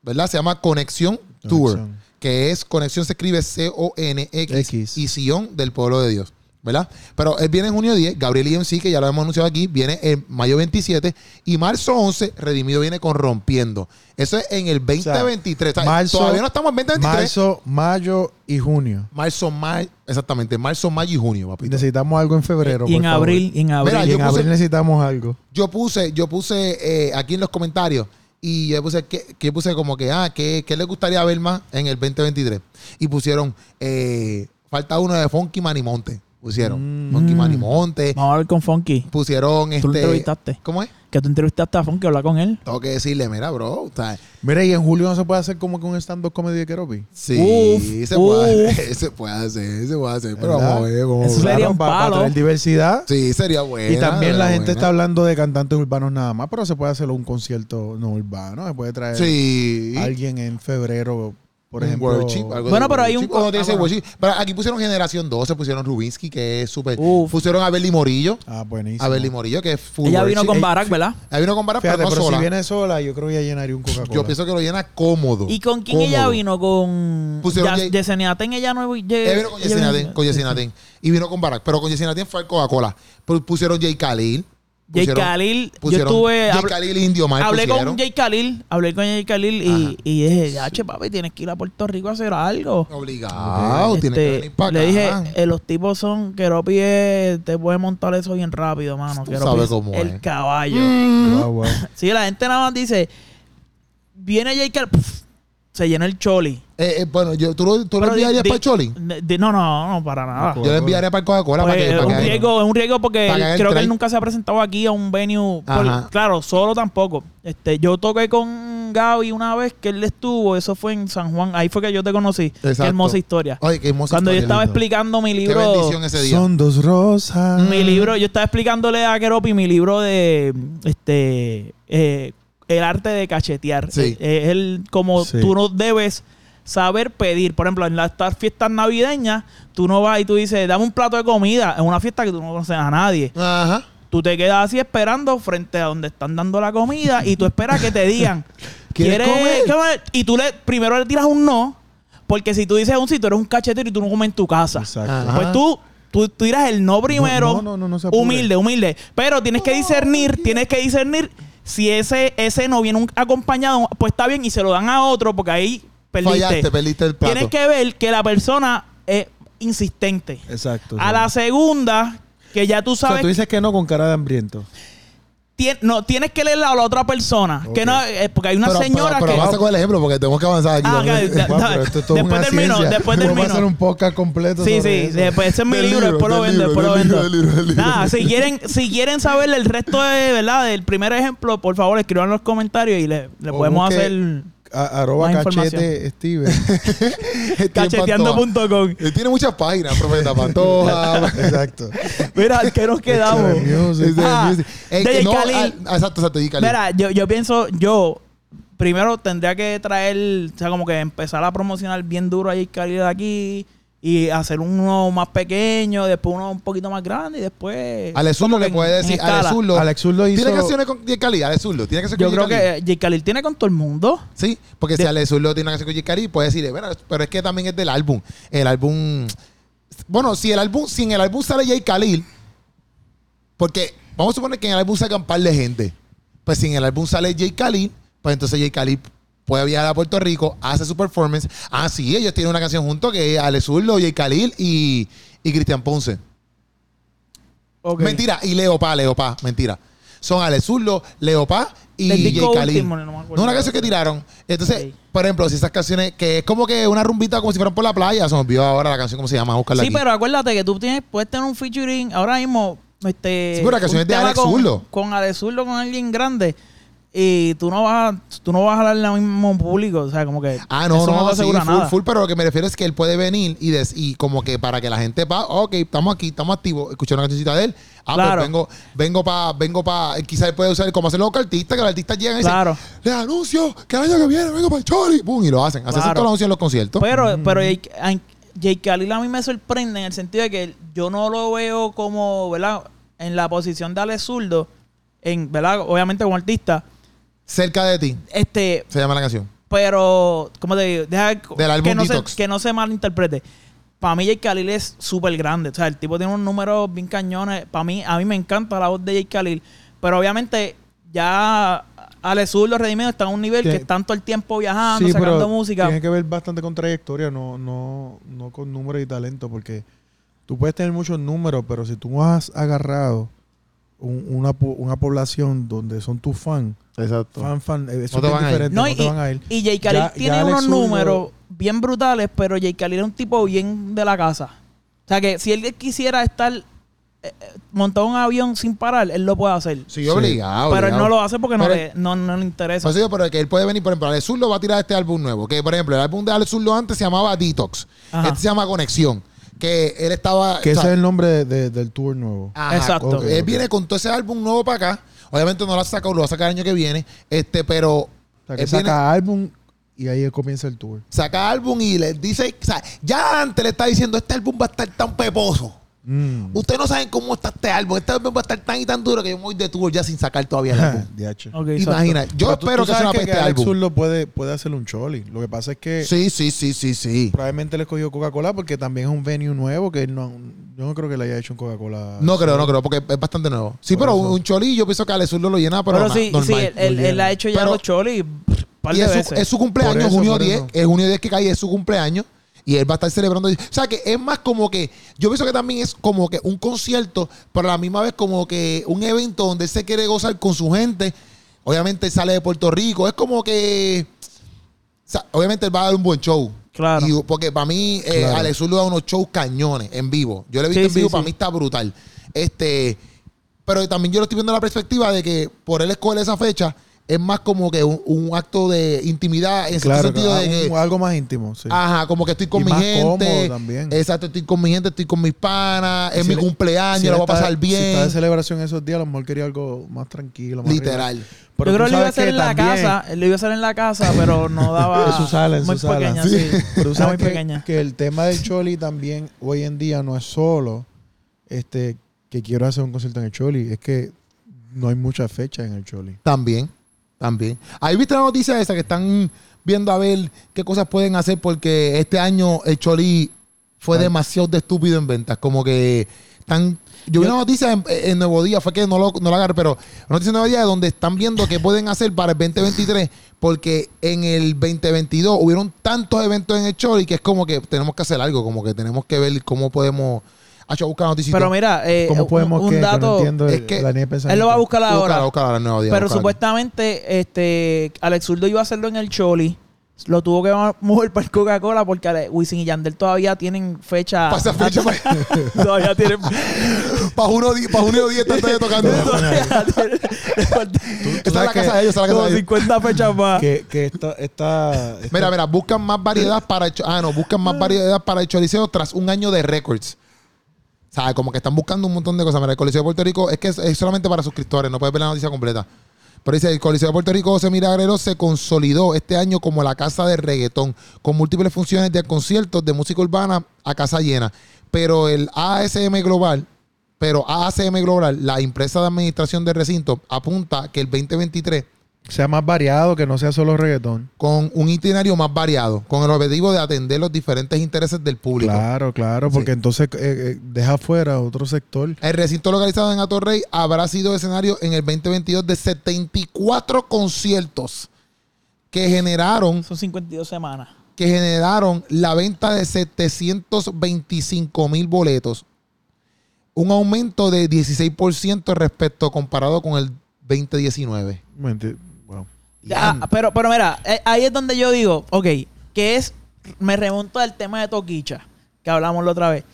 Speaker 1: ¿verdad? Se llama Conexión Tour,
Speaker 3: Conexión.
Speaker 1: que es Conexión se escribe C-O-N-X
Speaker 3: X.
Speaker 1: y Sion del pueblo de Dios. ¿Verdad? Pero él viene en junio 10, Gabriel EMC, que ya lo hemos anunciado aquí, viene en mayo 27 y marzo 11, Redimido viene con Rompiendo. Eso es en el 2023. O sea,
Speaker 3: marzo-
Speaker 1: todavía no estamos en 2023.
Speaker 3: Marzo, mayo y junio.
Speaker 1: Marzo, mayo, exactamente, marzo, mayo y junio, papito.
Speaker 3: Necesitamos algo en febrero.
Speaker 2: y
Speaker 3: por
Speaker 2: en
Speaker 3: favor.
Speaker 2: abril, y en abril.
Speaker 1: Mira,
Speaker 3: Y
Speaker 1: Ah, yo
Speaker 3: en abril
Speaker 1: puse-
Speaker 3: necesitamos algo.
Speaker 1: Yo puse, yo puse eh, aquí en los comentarios y yo puse que, que puse como que, ah, ¿qué, qué les gustaría ver más en el 2023? Y pusieron, eh, falta uno de Funky Manimonte. Pusieron,
Speaker 3: Mm.
Speaker 1: Funky Manimonte.
Speaker 2: Vamos a hablar con Funky.
Speaker 1: Pusieron
Speaker 2: Tú lo
Speaker 1: este.
Speaker 2: entrevistaste.
Speaker 1: ¿Cómo es?
Speaker 2: Que tú entrevistaste a Funky, habla con él.
Speaker 1: Tengo que decirle, mira, bro. o sea,
Speaker 3: Mira, y en julio no se puede hacer como que un stand-up comedy de Keropi.
Speaker 1: sí,
Speaker 2: Uf,
Speaker 1: se, puede
Speaker 2: uf.
Speaker 1: hacer, se puede hacer, se puede hacer. Pero
Speaker 3: ¿Verdad?
Speaker 1: vamos a ver, vamos a
Speaker 2: Eso
Speaker 1: ver.
Speaker 2: sería un
Speaker 3: para,
Speaker 2: palo.
Speaker 3: traer diversidad.
Speaker 1: Sí, sería bueno.
Speaker 3: y también la gente está hablando de cantantes urbanos nada más, pero se puede hacer un concierto no urbano. Se puede traer
Speaker 1: Sí.
Speaker 3: alguien en febrero, por
Speaker 1: Un
Speaker 3: ejemplo.
Speaker 1: worship, algo
Speaker 2: Bueno,
Speaker 1: de
Speaker 2: pero hay
Speaker 1: worship.
Speaker 2: un-
Speaker 1: Oh, no tiene que
Speaker 2: ah,
Speaker 1: ser
Speaker 2: bueno.
Speaker 1: worship. Pero aquí pusieron Generación 12, pusieron Rubinsky, que es súper.
Speaker 2: Uf.
Speaker 1: Pusieron a Berly Morillo.
Speaker 3: Ah, buenísimo.
Speaker 1: A Berly Morillo, que es full.
Speaker 2: Ella vino
Speaker 1: worship.
Speaker 2: con
Speaker 1: Ella-
Speaker 2: Barack, ¿verdad?
Speaker 1: Ella vino con Barack,
Speaker 3: Fíjate,
Speaker 1: pero
Speaker 3: pero,
Speaker 1: no sola.
Speaker 3: si viene sola, yo creo que ella llenaría un Coca-Cola.
Speaker 1: Yo pienso que lo llena cómodo.
Speaker 2: ¿Y con quién
Speaker 1: cómodo.
Speaker 2: ella vino? ¿Con
Speaker 1: Pusieron Ye-
Speaker 2: Yas- Yesenia Aten? Ella no... Ye-
Speaker 1: Ella vino con
Speaker 2: ella
Speaker 1: Yesenia
Speaker 2: vino-
Speaker 1: Aten, con Yesenia Aten. Y vino con Barack, pero con Yesenia Aten fue al Coca-Cola. Pero Pusieron Jay Khalil.
Speaker 2: Jay
Speaker 1: pusieron-
Speaker 2: Khalil, yo
Speaker 1: Pusieron
Speaker 2: estuve...
Speaker 1: Jay
Speaker 2: habl-
Speaker 1: Khalil Indio Mike
Speaker 2: hablé
Speaker 1: pusieron.
Speaker 2: con Jay Khalil, hablé con Jay Khalil
Speaker 1: Ajá.
Speaker 2: y, y dije, H, papi, tienes que ir a Puerto Rico a hacer algo.
Speaker 1: Obligado,
Speaker 2: Este,
Speaker 1: tiene que venir para acá.
Speaker 2: le dije, eh, los tipos son, Keropi es- te puede montar eso bien rápido, mano.
Speaker 1: Tú
Speaker 2: Keropi
Speaker 1: sabes
Speaker 2: es
Speaker 1: cómo
Speaker 2: el
Speaker 1: es. Mm.
Speaker 2: caballo.
Speaker 3: Wow, wow.
Speaker 2: Sí, la gente nada más dice, viene Jay Khalil, pf, se llena el choli.
Speaker 1: Eh, eh, bueno, yo, ¿tú lo, tú lo
Speaker 2: Pero di-
Speaker 1: enviarías
Speaker 2: di-
Speaker 1: para el Choli?
Speaker 2: de- de- no, no, no, para nada.
Speaker 1: Yo lo enviaría para el Coca-Cola
Speaker 2: Pues,
Speaker 1: para que-
Speaker 2: es,
Speaker 1: para
Speaker 2: un
Speaker 1: que.
Speaker 2: riesgo, es un riesgo porque
Speaker 1: Para que
Speaker 2: él-
Speaker 1: hagan
Speaker 2: creo que
Speaker 1: trade.
Speaker 2: él nunca se ha presentado aquí a un venue. por-
Speaker 1: Ajá.
Speaker 2: claro, solo tampoco. Este, yo toqué con Gaby una vez que él estuvo, eso fue en San Juan, ahí fue que yo te conocí. Qué
Speaker 1: Exacto.
Speaker 2: hermosa historia.
Speaker 1: Oye, qué hermosa
Speaker 2: Cuando yo
Speaker 1: historia.
Speaker 2: estaba
Speaker 3: lindo.
Speaker 2: explicando mi
Speaker 1: Qué
Speaker 2: libro,
Speaker 1: bendición ese día.
Speaker 3: Son dos rosas.
Speaker 2: mi libro, yo estaba explicándole a Keropi mi libro de este eh, el arte de cachetear.
Speaker 1: Sí.
Speaker 2: Eh, eh, él como
Speaker 3: Sí.
Speaker 2: tú no debes saber pedir. Por ejemplo, en las estas fiestas navideñas, tú no vas y tú dices, dame un plato de comida. En una fiesta que tú no conoces a nadie.
Speaker 1: Ajá.
Speaker 2: Tú te quedas así esperando frente a donde están dando la comida y tú esperas que te digan,
Speaker 3: ¿Quieres
Speaker 2: ¿quieres
Speaker 3: comer?
Speaker 2: comer? Y tú le, primero le tiras un no, porque si tú dices un sí, tú eres un cachetero y tú no comes en tu casa.
Speaker 3: Exacto.
Speaker 1: Ajá.
Speaker 2: Pues tú, tú tiras el no primero.
Speaker 3: No, no, no, no se apure.
Speaker 2: Humilde, humilde. Pero tienes que discernir, tienes que discernir si ese, ese no viene un- acompañado, pues está bien y se lo dan a otro porque ahí perdiste.
Speaker 1: Fallaste, perdiste el plato.
Speaker 2: tienes que ver que la persona es insistente.
Speaker 3: Exacto.
Speaker 2: A la segunda, que ya tú
Speaker 3: o
Speaker 2: sabes
Speaker 3: sea, tú dices que no con cara de hambriento.
Speaker 2: Tien- no, tienes que leerla a la otra persona.
Speaker 3: Ok.
Speaker 2: Que no, eh, porque hay una
Speaker 1: pero,
Speaker 2: señora
Speaker 1: pero, pero
Speaker 2: que.
Speaker 1: vas a coger el ejemplo porque tenemos que avanzar aquí.
Speaker 2: Ah,
Speaker 1: también.
Speaker 2: ok, da-
Speaker 3: Wow,
Speaker 2: da-
Speaker 3: pero esto es todo
Speaker 2: después
Speaker 3: una
Speaker 2: termino,
Speaker 3: ciencia.
Speaker 2: después
Speaker 3: Podemos
Speaker 2: termino.
Speaker 3: hacer un podcast completo
Speaker 2: Sí,
Speaker 3: sobre
Speaker 2: sí,
Speaker 3: eso.
Speaker 2: después ese es mi
Speaker 1: Del
Speaker 2: libro,
Speaker 1: libro,
Speaker 2: después lo
Speaker 1: del
Speaker 2: vendo, después
Speaker 1: libro,
Speaker 2: lo vendo.
Speaker 1: del libro, del libro.
Speaker 2: Nada, si quieren, si quieren saber el resto de, ¿verdad? Del primer ejemplo, por favor, escriban en los comentarios y le, le
Speaker 3: O
Speaker 2: podemos
Speaker 3: busque-
Speaker 2: hacer
Speaker 3: A- arroba
Speaker 2: Más
Speaker 3: cachete Steven.
Speaker 1: Tiene Pantoja.
Speaker 2: cacheteando.com.
Speaker 1: Él Eh, tiene muchas páginas, profeta
Speaker 2: Ah,
Speaker 1: Pantoja.
Speaker 3: Exacto.
Speaker 2: Mira, ¿qué nos quedamos?
Speaker 3: Claro, Dios,
Speaker 1: Es de-
Speaker 2: Ah,
Speaker 1: Eh,
Speaker 2: de
Speaker 1: que no,
Speaker 2: Yalil.
Speaker 1: ah, exacto, exacto, Yalil.
Speaker 2: Mira, yo, yo pienso, yo primero tendría que traer, o sea, como que empezar a promocionar bien duro ahí calidad de aquí y hacer uno más pequeño, después uno un poquito más grande y después.
Speaker 1: Al Zurdo le puede decir.
Speaker 2: escala.
Speaker 1: Al Zurdo.
Speaker 3: Alex Zurdo hizo...
Speaker 1: Tiene canciones con J. Cali. Al Zurdo. Tiene canciones
Speaker 2: Yo
Speaker 1: con
Speaker 2: creo
Speaker 1: J. Cali.
Speaker 2: que J. Khalil tiene con todo el mundo.
Speaker 1: Sí, porque si
Speaker 2: De-
Speaker 1: Alex Zurdo tiene una canción con J. Cali, puede decirle, "Mira, pero es que también es del álbum. El álbum. Bueno, si el álbum, si en el álbum sale J. Khalil, porque vamos a suponer que en el álbum sacan un par de gente. Pues si en el álbum sale J. Khalil, pues entonces J. Khalil puede viajar a Puerto Rico, hace su performance. Ah, sí, ellos tienen una canción junto que es Alex Zurdo, J. Khalil y, y Cristian Ponce.
Speaker 2: Ok.
Speaker 1: Mentira, y Leopá, Leopá, mentira. Son Ale Zurdo, Leopá y
Speaker 2: Del
Speaker 1: J.
Speaker 2: disco
Speaker 1: Khalil.
Speaker 2: último, no me acuerdo.
Speaker 1: No, una canción que tiraron. Entonces,
Speaker 2: Ok.
Speaker 1: por ejemplo, si esas canciones, que es como que una rumbita como si fueran por la playa, se me olvidó ahora la canción, ¿cómo se llama? Vamos a buscarla
Speaker 2: Sí,
Speaker 1: aquí.
Speaker 2: pero acuérdate que tú tienes, puedes tener un featuring ahora mismo. Este,
Speaker 1: Sí, pero la canción
Speaker 2: un
Speaker 1: es de
Speaker 2: tema
Speaker 1: Alex
Speaker 2: con,
Speaker 1: Zurdo.
Speaker 2: Con Alex Zurdo, con alguien grande. Y tú no vas a, tú no vas a darle al mismo público. O sea, como que.
Speaker 1: Ah, no,
Speaker 2: eso
Speaker 1: no,
Speaker 2: te
Speaker 1: sí,
Speaker 2: asegura
Speaker 1: full,
Speaker 2: nada.
Speaker 1: full, pero lo que me refiero es que él puede venir y, des- y como que para que la gente pa, ok, estamos aquí, estamos activos, escuché una cancioncita de él, ah,
Speaker 2: Claro.
Speaker 1: pues vengo, vengo pa, vengo pa, quizás él puede usar como hacen los artistas, que los artistas llegan y dicen,
Speaker 2: Claro.
Speaker 1: les anuncio que el año que viene vengo para el Choli, ¡pum! y lo hacen, hacen
Speaker 2: Claro. Pues-
Speaker 1: todos los anuncios en los conciertos.
Speaker 2: Pero, pero Jake- an- Jake Khalil a mí me sorprende en el sentido de que yo no lo veo como, ¿verdad? En la posición de Alex Zurdo, en, ¿verdad? Obviamente como artista.
Speaker 1: Cerca de ti,
Speaker 2: Este,
Speaker 1: se llama la canción.
Speaker 2: pero, ¿cómo te digo? Deja que-
Speaker 1: Del álbum
Speaker 2: que, no se,
Speaker 1: Detox.
Speaker 2: que no se malinterprete. Para mí, Jake Khalil es súper grande. O sea, el tipo tiene unos números bien cañones. Para mí, a mí me encanta la voz de Jake Khalil. Pero obviamente, ya Alex Zurdo los Redimidos están a un nivel
Speaker 3: Tiene-
Speaker 2: que están todo el tiempo viajando, sacando música.
Speaker 3: Tiene que ver bastante con trayectoria, no, no, no con números y talento, porque tú puedes tener muchos números, pero si tú no has agarrado un- una, po- una población donde son tus fans,
Speaker 1: Exacto.
Speaker 3: fan, fan, eh, eso
Speaker 1: No te
Speaker 3: es bien
Speaker 1: van a ir.
Speaker 3: diferente, no,
Speaker 2: No,
Speaker 3: te van a ir.
Speaker 2: Y Jay Khalil
Speaker 3: Ya-
Speaker 2: tiene
Speaker 3: ya Alex
Speaker 2: unos
Speaker 3: Zurdo-
Speaker 2: números bien brutales, pero Jay Khalil es un tipo bien de la casa. O sea que si él quisiera estar eh, eh, montado en un avión sin parar, él lo puede hacer.
Speaker 1: Sí, Ah,
Speaker 3: Sí.
Speaker 1: obligado.
Speaker 2: pero él
Speaker 1: obligado.
Speaker 2: no lo hace porque no,
Speaker 1: Pero-
Speaker 2: le, no, no le interesa.
Speaker 1: Por eso digo, pero que él puede venir, por ejemplo, Alex Zurdo va a tirar este álbum nuevo. Que, por ejemplo, el álbum de Alex Zurdo antes se llamaba Detox.
Speaker 2: Ajá.
Speaker 1: Este se llama Conexión. Que él estaba.
Speaker 3: Que
Speaker 1: o sea,
Speaker 3: ese es el nombre de- de- del tour nuevo.
Speaker 1: Ajá,
Speaker 2: Ah, Exacto.
Speaker 1: ok, él
Speaker 3: ok.
Speaker 1: viene con todo ese álbum nuevo para acá. Obviamente no lo ha sacado, lo va a sacar el año que viene. Este, pero
Speaker 3: O sea, que
Speaker 1: él viene-
Speaker 3: saca álbum y ahí comienza el tour.
Speaker 1: saca álbum y le dice, o sea, ya antes le está diciendo, este álbum va a estar tan peposo.
Speaker 3: Mm.
Speaker 1: Ustedes no saben cómo está este álbum. Este álbum va a estar tan y tan duro que yo me voy de tour ya sin sacar todavía el álbum.
Speaker 3: DH.
Speaker 2: Ok,
Speaker 1: Imagina,
Speaker 2: exacto.
Speaker 1: yo
Speaker 3: Pero tú-
Speaker 1: espero
Speaker 3: tú
Speaker 1: que sea
Speaker 3: sabes
Speaker 1: una peste de
Speaker 3: Alex
Speaker 1: álbum.
Speaker 3: Zurdo puede, puede hacer un choli. Lo que pasa es que
Speaker 1: Sí, sí, sí, sí, sí.
Speaker 3: probablemente le escogió Coca-Cola porque también es un venue nuevo que él no, yo no creo que le haya hecho un Coca-Cola.
Speaker 1: No creo, no creo, porque es bastante nuevo. Sí,
Speaker 3: Por
Speaker 1: pero
Speaker 3: eso.
Speaker 1: un cholillo, yo pienso que Alessur lo llena, pero,
Speaker 2: Pero,
Speaker 1: na-
Speaker 2: sí, sí,
Speaker 1: normal.
Speaker 2: él, él- él ha hecho ya
Speaker 1: Pero-
Speaker 2: los cholis pff, par
Speaker 1: y
Speaker 2: de
Speaker 1: es su,
Speaker 2: veces.
Speaker 1: es su cumpleaños,
Speaker 3: Por eso,
Speaker 1: junio
Speaker 3: por
Speaker 1: 10.
Speaker 3: eso.
Speaker 1: El junio 10 que cae es su cumpleaños. Y él va a estar celebrando. O sea, que es más como que. Yo pienso que también es como que un concierto, pero a la misma vez como que un evento donde él se quiere gozar con su gente. Obviamente él sale de Puerto Rico. Es como que. o sea, obviamente él va a dar un buen show.
Speaker 2: Claro.
Speaker 1: Y- porque para mí, eh,
Speaker 3: Claro.
Speaker 1: Alex Zurdo da unos shows cañones en vivo. Yo lo he visto
Speaker 2: Sí,
Speaker 1: en
Speaker 2: sí,
Speaker 1: vivo,
Speaker 2: sí.
Speaker 1: para mí está brutal. Este, pero también yo lo estoy viendo en la perspectiva de que por él escoger esa fecha es más como que un, un acto de intimidad en
Speaker 3: Claro,
Speaker 1: cierto sentido
Speaker 3: claro, Ah,
Speaker 1: de
Speaker 3: un-
Speaker 1: que. Ah,
Speaker 3: algo más íntimo. Sí.
Speaker 1: Ajá, como que estoy con
Speaker 3: Y
Speaker 1: mi
Speaker 3: más
Speaker 1: gente.
Speaker 3: cómodo también.
Speaker 1: Exacto, estoy con mi gente, estoy con mis panas, es
Speaker 3: Si
Speaker 1: mi
Speaker 3: le-
Speaker 1: cumpleaños,
Speaker 3: Si
Speaker 1: lo
Speaker 3: él
Speaker 1: voy a
Speaker 3: está-
Speaker 1: pasar bien.
Speaker 3: Si está de celebración esos días, a lo mejor quería algo más tranquilo. Más
Speaker 1: literal.
Speaker 3: relajado. Pero tú
Speaker 2: yo creo que lo iba a
Speaker 3: sabes
Speaker 2: hacer en la
Speaker 3: también-
Speaker 2: casa, lo iba a hacer en la casa, pero no daba.
Speaker 3: En su sala, en
Speaker 2: muy
Speaker 3: su sala.
Speaker 2: Pequeña,
Speaker 3: Sí.
Speaker 2: sí.
Speaker 3: Pero tú
Speaker 2: Era
Speaker 3: sabes
Speaker 2: muy
Speaker 3: que,
Speaker 2: pequeña.
Speaker 3: que el tema del Choli también hoy en día no es solo este que quiero hacer un concierto en el Choli, es que no hay muchas fechas en el Choli.
Speaker 1: También, también. Ahí viste la noticia esa que están viendo a ver qué cosas pueden hacer porque este año el Choli fue
Speaker 3: Ay.
Speaker 1: demasiado de estúpido en ventas. Como que están... Yo vi
Speaker 2: Yo-
Speaker 1: una noticia en, en Nuevo Día, fue que no, lo, no la agarré, pero una noticia en Nuevo Día donde están viendo qué pueden hacer para el 2023 porque en el 2022 hubieron tantos eventos en el Choli que es como que tenemos que hacer algo, como que tenemos que ver cómo podemos... Hacho, buscar noticias.
Speaker 2: Pero mira, eh,
Speaker 3: ¿Cómo podemos
Speaker 2: un,
Speaker 3: que,
Speaker 2: un
Speaker 3: que no
Speaker 2: dato.
Speaker 3: entiendo el-
Speaker 1: es que
Speaker 3: la línea de pensamiento?
Speaker 2: él lo va a buscar ahora.
Speaker 1: Búscala, búscala ahora en Nuevo Día,
Speaker 2: Pero
Speaker 1: búscala.
Speaker 2: supuestamente, este, Alex Zurdo iba a hacerlo en el Choli. Lo tuvo que ma- mover para el Coca-Cola porque Ale- Wisin y Yandel todavía tienen fecha.
Speaker 1: Pasa fecha para
Speaker 2: todavía tienen.
Speaker 1: Para uno, di- pa' uno 10 están todavía tocando.
Speaker 2: todavía tienen- le faltan
Speaker 1: Ah, Esa es la
Speaker 3: sabes
Speaker 1: casa
Speaker 3: que-
Speaker 1: de ellos, esa es la
Speaker 2: como
Speaker 1: casa de ellos.
Speaker 2: 50 fechas más.
Speaker 3: Que, que esta, esta, esta-
Speaker 1: Mira, mira, buscan más variedad para el cho- Ah, no, buscan más variedad para el Choliseo tras un año de records. O sea, como que están buscando un montón de cosas. Mira, el Coliseo de Puerto Rico es que es, es solamente para suscriptores, no puedes ver la noticia completa. Pero dice, el Coliseo de Puerto Rico José Milagrero se consolidó este año como la casa del reggaetón, con múltiples funciones de conciertos de música urbana a casa llena. Pero el ASM Global, pero ASM Global, la empresa de administración del recinto, apunta que el 2023
Speaker 3: sea más variado, que no sea solo reggaetón.
Speaker 1: con un itinerario más variado, con el objetivo de atender los diferentes intereses del público.
Speaker 3: Claro, claro, porque
Speaker 1: Sí.
Speaker 3: entonces eh, eh, deja fuera otro sector.
Speaker 1: El recinto localizado en Atorrey habrá sido escenario en el 2022 de 74 conciertos que generaron,
Speaker 2: Son 52 semanas.
Speaker 1: que generaron la venta de 725 mil boletos, un aumento de 16% respecto comparado con el 2019.
Speaker 3: Mente- wow.
Speaker 2: Ah, pero, pero mira, eh, ahí es donde yo digo, ok, que es, me remonto al tema de Toquicha, que hablamos la otra vez.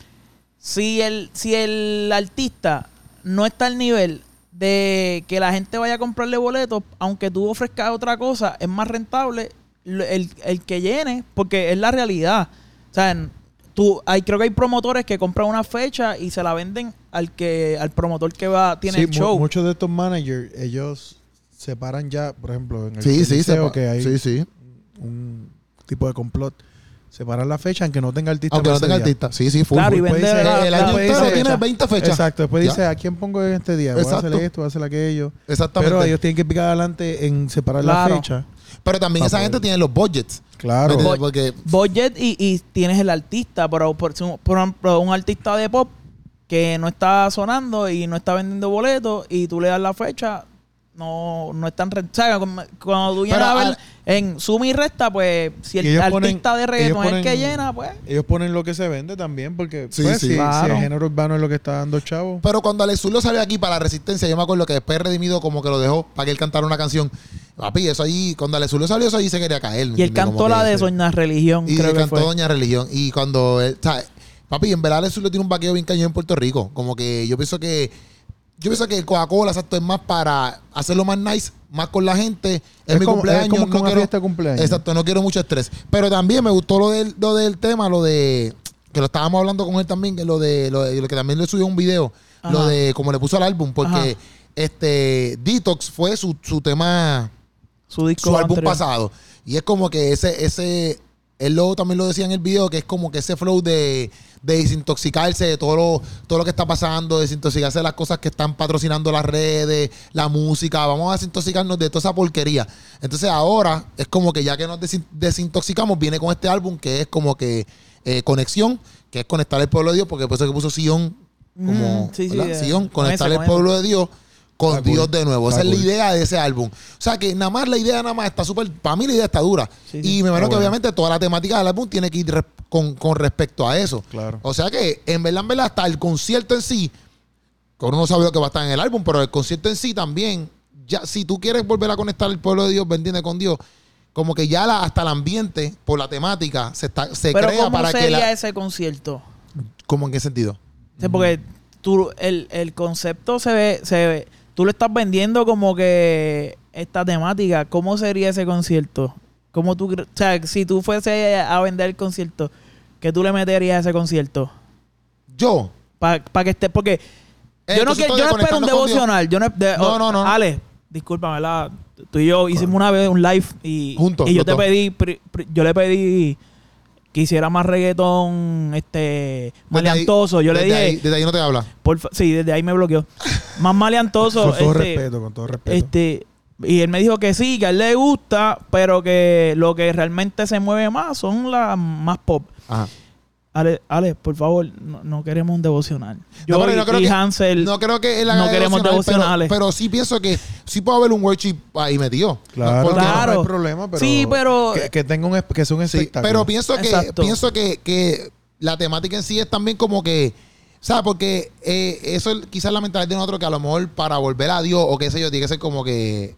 Speaker 2: Si el, si el artista no está al nivel de que la gente vaya a comprarle boletos, aunque tú ofrezcas otra cosa, es más rentable lo- el, el que llene, porque es la realidad. O sea, en- tú, hay, creo que hay promotores que compran una fecha y se la venden al que al promotor que va tiene
Speaker 3: Sí,
Speaker 2: el
Speaker 3: mu-
Speaker 2: show.
Speaker 3: muchos de estos managers, ellos separan ya, por ejemplo, en el
Speaker 1: Sí, sí,
Speaker 3: Coliseo,
Speaker 1: sepa-
Speaker 3: que hay
Speaker 1: sí, sí.
Speaker 3: un tipo de complot. Separan la fecha aunque no tenga artista.
Speaker 1: Aunque no
Speaker 3: para
Speaker 1: tenga
Speaker 3: ese día.
Speaker 1: artista. Sí, sí, full.
Speaker 2: Claro, y
Speaker 1: full.
Speaker 3: Después
Speaker 2: vende
Speaker 3: dice,
Speaker 2: la-
Speaker 1: el
Speaker 2: la-
Speaker 1: año
Speaker 2: después
Speaker 1: entero
Speaker 2: dice-
Speaker 1: tiene 20 fechas.
Speaker 3: Exacto, después
Speaker 1: Ya.
Speaker 3: dice, ¿a quién pongo en este día? Voy a hacer
Speaker 1: Exacto.
Speaker 3: esto, voy a hacer aquello.
Speaker 1: Exactamente.
Speaker 3: Pero
Speaker 1: Pero,
Speaker 3: ellos tienen que picar adelante en separar
Speaker 2: Claro.
Speaker 3: la fecha.
Speaker 1: también esa
Speaker 3: Papá,
Speaker 1: gente
Speaker 3: eh.
Speaker 1: tiene los budgets.
Speaker 3: Claro.
Speaker 1: ¿Me
Speaker 2: Bo-
Speaker 1: entiendes? Porque
Speaker 2: budget y, y tienes el artista, pero por, si un- por ejemplo, un artista de pop que no está sonando y no está vendiendo boletos y tú le das la fecha, no, no es tan ren- o sea, como- Cuando tú llegas
Speaker 1: Pero
Speaker 2: a ver
Speaker 1: al-
Speaker 2: en suma y resta, pues si el
Speaker 3: Y ellos
Speaker 2: artista
Speaker 3: ponen-
Speaker 2: de
Speaker 3: ellos
Speaker 2: reggaetón es el
Speaker 3: ponen-
Speaker 2: que llena, pues...
Speaker 3: Ellos ponen lo que se vende también, porque
Speaker 1: Sí,
Speaker 3: pues,
Speaker 1: sí.
Speaker 3: si,
Speaker 2: Claro.
Speaker 3: si el género urbano es lo que está dando chavo.
Speaker 1: Pero cuando Alex Zurdo salió aquí para la resistencia, yo me acuerdo que después redimido como que lo dejó para que él cantara una canción. Papi, eso allí, cuando Alex Zurdo salió, eso allí se quería caer. ¿me
Speaker 2: Y él
Speaker 1: entiendes?
Speaker 2: cantó
Speaker 1: Como
Speaker 2: la
Speaker 1: que-
Speaker 2: de Soñar Religión,
Speaker 1: Y
Speaker 2: creo que
Speaker 1: cantó
Speaker 2: fue.
Speaker 1: Doña Religión. Y cuando él, ¿sabes? Papi, en verdad Alex Zurdo tiene un vaqueo bien cañón en Puerto Rico. Como que yo pienso que. Yo pienso que el Coca-Cola, exacto, es más para hacerlo más nice, más con la gente. Es, mi
Speaker 3: como-
Speaker 1: cumpleaños.
Speaker 3: es como que
Speaker 1: no
Speaker 3: una
Speaker 1: quiero-
Speaker 3: fiesta de cumpleaños.
Speaker 1: Exacto, no quiero mucho estrés. Pero también me gustó lo del, lo del tema, lo de. Que lo estábamos hablando con él también, que lo de lo, de- lo que también le subió un video,
Speaker 2: Ajá.
Speaker 1: lo de como le puso al álbum, porque
Speaker 2: Ajá.
Speaker 1: este Detox fue su, su tema,
Speaker 2: Su disco
Speaker 1: su álbum
Speaker 2: anterior.
Speaker 1: pasado. Y es como que ese, ese, él lo, también lo decía en el video, que es como que ese flow de, de desintoxicarse de todo lo, todo lo que está pasando, desintoxicarse de las cosas que están patrocinando las redes, la música, vamos a desintoxicarnos de toda esa porquería. Entonces ahora es como que ya que nos desin- desintoxicamos, viene con este álbum que es como que eh, conexión, que es conectar el pueblo de Dios, porque por eso que puso Sion, como
Speaker 2: Mm, sí, sí,
Speaker 1: ¿verdad?
Speaker 2: eh,
Speaker 1: Sion,
Speaker 2: con ese,
Speaker 1: conectar
Speaker 2: con
Speaker 1: el
Speaker 2: ese.
Speaker 1: pueblo de Dios con
Speaker 3: Está cool.
Speaker 1: Dios de nuevo. Esa
Speaker 3: Está
Speaker 1: es la
Speaker 3: cool.
Speaker 1: idea de ese álbum. O sea que nada más la idea nada más está súper, para mí la idea está dura.
Speaker 2: Sí,
Speaker 1: y
Speaker 2: sí.
Speaker 1: me imagino
Speaker 3: Está
Speaker 1: que
Speaker 3: bueno.
Speaker 1: obviamente toda la temática del álbum tiene que ir res- con, con respecto a eso.
Speaker 3: Claro.
Speaker 1: O sea que en verdad, en verdad, hasta el concierto en sí, que uno no sabe lo que va a estar en el álbum, pero el concierto en sí también, ya si tú quieres volver a conectar el pueblo de Dios, bendice con Dios, como que ya la- hasta el ambiente, por la temática, se, está, se
Speaker 2: Pero
Speaker 1: crea
Speaker 2: ¿cómo
Speaker 1: para que
Speaker 2: sería
Speaker 1: la...
Speaker 2: ese concierto?
Speaker 1: ¿Cómo en qué sentido?
Speaker 2: O sea, porque tú, el, el concepto se ve, se ve, tú lo estás vendiendo como que esta temática, ¿cómo sería ese concierto? ¿Cómo tú, cre- o sea, si tú fuese a vender el concierto, ¿qué tú le meterías a ese concierto?
Speaker 1: Yo.
Speaker 2: Para que esté, porque
Speaker 1: eh,
Speaker 2: yo no,
Speaker 1: entonces
Speaker 2: quiero-
Speaker 1: estoy
Speaker 2: yo no espero un
Speaker 1: desconectando con Dios.
Speaker 2: devocional, yo no, de-
Speaker 1: No,
Speaker 2: oh,
Speaker 1: no, no.
Speaker 2: Ale, discúlpame, la, tú y yo hicimos una vez un live y,
Speaker 1: Juntos,
Speaker 2: y yo
Speaker 1: los
Speaker 2: te
Speaker 1: dos.
Speaker 2: pedí, pri- pri- yo le pedí que hiciera más reggaetón, este,
Speaker 1: Desde ahí-
Speaker 2: maleantoso, yo le
Speaker 1: desde
Speaker 2: dije...
Speaker 1: ahí- desde ahí no te habla.
Speaker 2: Por fa- sí, desde ahí me bloqueó. Más maleantoso.
Speaker 3: con todo
Speaker 2: este,
Speaker 3: respeto, con todo respeto.
Speaker 2: este, y él me dijo que sí, que a él le gusta, pero que lo que realmente se mueve más son las más pop.
Speaker 1: Ajá.
Speaker 2: Ale, Ale, por favor, no, no queremos un devocional. Yo
Speaker 1: pero
Speaker 2: y,
Speaker 1: no creo
Speaker 2: y
Speaker 1: que-
Speaker 2: Hansel,
Speaker 1: no creo que él
Speaker 2: no queremos devocionales.
Speaker 1: Pero, pero sí pienso que sí puede haber un worship ahí metido.
Speaker 3: Claro,
Speaker 1: Porque-
Speaker 2: este Claro.
Speaker 3: no hay problema, pero.
Speaker 2: Sí, pero-
Speaker 3: Que, que tenga un, es- que sea un
Speaker 1: sí,
Speaker 3: espectáculo.
Speaker 1: pero pienso que,
Speaker 2: Exacto.
Speaker 1: pienso que, que la temática en sí es también como que. ¿Sabes? Porque eh, eso es quizás la mentalidad de nosotros que a lo mejor para volver a Dios o qué sé yo, tiene que ser como que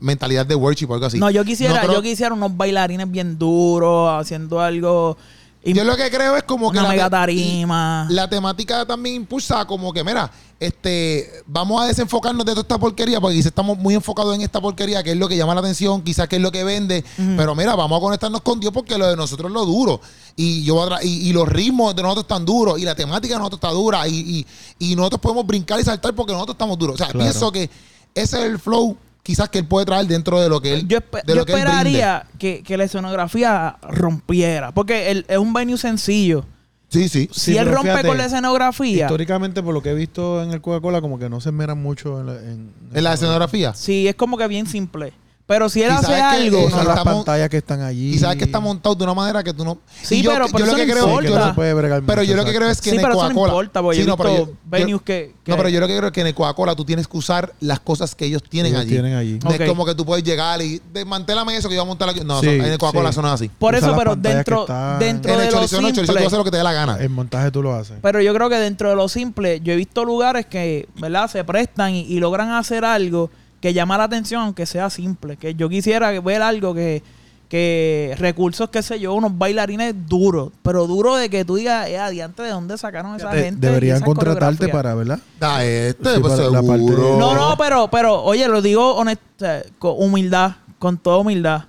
Speaker 1: mentalidad de worship o algo así.
Speaker 2: no, yo quisiera,
Speaker 1: creo-
Speaker 2: yo quisiera unos bailarines bien duros, haciendo algo. y
Speaker 1: yo lo que creo es como que.
Speaker 2: una
Speaker 1: la-
Speaker 2: mega tarima.
Speaker 1: la temática también impulsa como que, mira, este, vamos a desenfocarnos de toda esta porquería, porque quizás estamos muy enfocados en esta porquería, que es lo que llama la atención, quizás que es lo que vende, pero mira, vamos a conectarnos con Dios porque lo de nosotros es lo duro. Y yo voy a tra- y, y los ritmos de nosotros están duros, y la temática de nosotros está dura, y, y- y nosotros podemos brincar y saltar porque nosotros estamos duros. O sea,
Speaker 3: Claro.
Speaker 1: pienso que ese es el flow quizás que él puede traer dentro de lo que él
Speaker 2: yo, espe-
Speaker 1: de
Speaker 2: yo
Speaker 1: lo que él brinde.
Speaker 2: esperaría que, que la escenografía rompiera, porque el- es un venue sencillo.
Speaker 1: Sí, sí.
Speaker 3: Sí,
Speaker 2: si él
Speaker 3: pero
Speaker 2: rompe
Speaker 3: fíjate,
Speaker 2: con la escenografía,
Speaker 3: Históricamente, por lo que he visto en el Coca-Cola, como que no se esmeran mucho en la, en,
Speaker 1: En la escenografía.
Speaker 2: sí, es como que bien simple. Pero si él
Speaker 1: Quizás
Speaker 2: hace
Speaker 1: es que,
Speaker 2: algo,
Speaker 1: eh,
Speaker 3: O sea,
Speaker 1: no,
Speaker 3: las
Speaker 1: estamos-
Speaker 3: pantallas que están allí.
Speaker 1: Quizás que está montado de una manera que tú no.
Speaker 2: Sí,
Speaker 1: Y yo-
Speaker 2: pero- pero
Speaker 1: yo lo
Speaker 2: eso
Speaker 1: que
Speaker 2: no
Speaker 1: creo
Speaker 3: Sí, que no
Speaker 2: importa.
Speaker 3: se puede bregar
Speaker 1: Pero
Speaker 3: mucho,
Speaker 1: yo lo que
Speaker 3: exacto.
Speaker 1: creo es que
Speaker 2: sí,
Speaker 1: en el
Speaker 2: pero eso no
Speaker 1: Coca-Cola.
Speaker 2: importa, porque
Speaker 1: Sí,
Speaker 2: yo he
Speaker 1: no, pero
Speaker 2: visto
Speaker 1: yo- yo-
Speaker 2: venues que, que-
Speaker 1: no, pero yo lo que creo es que en el Coca-Cola tú tienes que usar las cosas que ellos tienen
Speaker 3: Ellos
Speaker 1: allí.
Speaker 3: tienen allí.
Speaker 1: No
Speaker 2: Ok.
Speaker 1: es como que tú puedes llegar y desmantélame eso que yo voy a montar aquí. No,
Speaker 3: Sí,
Speaker 1: eso- en el Coca-Cola
Speaker 3: sí.
Speaker 1: son así.
Speaker 2: Por
Speaker 3: Usa
Speaker 2: eso,
Speaker 3: las
Speaker 2: pero
Speaker 3: pantallas
Speaker 2: dentro,
Speaker 3: que están-
Speaker 2: dentro
Speaker 1: En el
Speaker 2: de lo
Speaker 1: chorizo no, el chorizo tú
Speaker 2: simple.
Speaker 1: haces lo que te dé la
Speaker 2: Ah.
Speaker 1: gana.
Speaker 3: El montaje tú lo haces.
Speaker 2: Pero yo creo que dentro de lo simple, yo he visto lugares que, ¿verdad? Se prestan y, y logran hacer algo que llama la atención, aunque sea simple. Que yo quisiera ver algo que, que recursos, qué sé yo, unos bailarines duros, pero duro de que tú digas, eh, adiante, ¿de dónde sacaron esa
Speaker 3: Te-
Speaker 2: gente? y
Speaker 3: deberían
Speaker 2: esas
Speaker 3: contratarte
Speaker 2: coreografías?"
Speaker 3: para, ¿verdad?
Speaker 1: Da este,
Speaker 3: Sí,
Speaker 1: pues
Speaker 3: para la parte
Speaker 1: seguro.
Speaker 3: de-
Speaker 2: No, no, pero, pero, oye, lo digo honesta, con humildad, con toda humildad.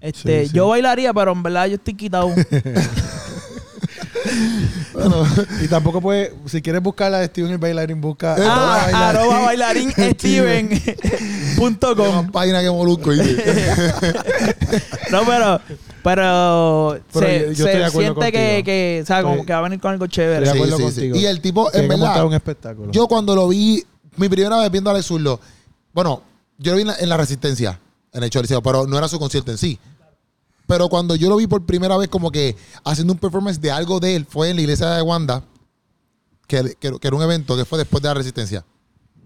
Speaker 2: Este,
Speaker 3: Sí, sí.
Speaker 2: yo bailaría, pero en verdad yo estoy quitado.
Speaker 3: Y tampoco puedes, si quieres buscar la de Steven el bailarín, busca.
Speaker 2: ah, arroba bailarín Steven punto
Speaker 1: Tiene
Speaker 2: com.
Speaker 1: más página que Molusco. dice.
Speaker 2: No, pero, pero,
Speaker 3: Pero
Speaker 2: se,
Speaker 3: yo- yo
Speaker 2: se
Speaker 3: estoy de acuerdo
Speaker 2: siente que,
Speaker 3: contigo.
Speaker 2: que, o sea, como
Speaker 3: Estoy-
Speaker 2: que va a venir con algo chévere.
Speaker 3: de
Speaker 1: Sí,
Speaker 3: acuerdo
Speaker 1: sí, sí.
Speaker 3: contigo.
Speaker 1: Y el tipo, en
Speaker 3: Tiene que montar
Speaker 1: verdad,
Speaker 3: un espectáculo.
Speaker 1: yo cuando lo vi, mi primera vez viendo a Alex Zurdo, bueno, yo lo vi en la, en la Resistencia, en el Choliseo, pero no era su concierto en sí. Pero cuando yo lo vi por primera vez como que haciendo un performance de algo de él, fue en la iglesia de Wanda, que, que- que era un evento que fue después de la Resistencia.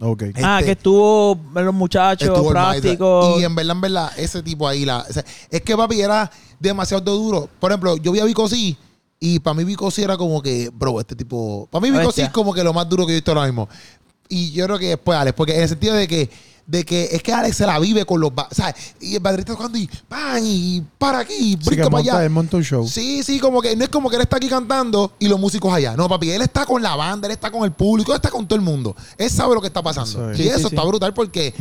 Speaker 3: ok.
Speaker 2: Ah,
Speaker 1: Este-
Speaker 2: que estuvo los muchachos
Speaker 1: Estuvo el
Speaker 2: prácticos.
Speaker 1: Maestro. Y
Speaker 3: em,
Speaker 1: en verdad, en verdad, ese tipo ahí, la, o sea, es que papi era demasiado duro. Por ejemplo, yo vi a Vico C y para mí Vico C era como que, bro, este tipo. Para mí Vico C
Speaker 2: Bestia.
Speaker 1: es como que lo más duro que yo he visto ahora mismo. Y yo creo que después Alex, porque en el sentido de que, de que es que Alex se la vive con los. ba- O sea, y el baterista tocando y pan y para aquí, y
Speaker 3: Sí, que
Speaker 1: brinca para
Speaker 3: monta,
Speaker 1: allá.
Speaker 3: él monta un show.
Speaker 1: Sí, sí, como que no es como que él está aquí cantando y los músicos allá. No, papi, él está con la banda, él está con el público, él está con todo el mundo. Él sabe lo que está pasando.
Speaker 3: Sí,
Speaker 1: y
Speaker 2: sí,
Speaker 1: eso
Speaker 2: sí.
Speaker 1: está brutal porque.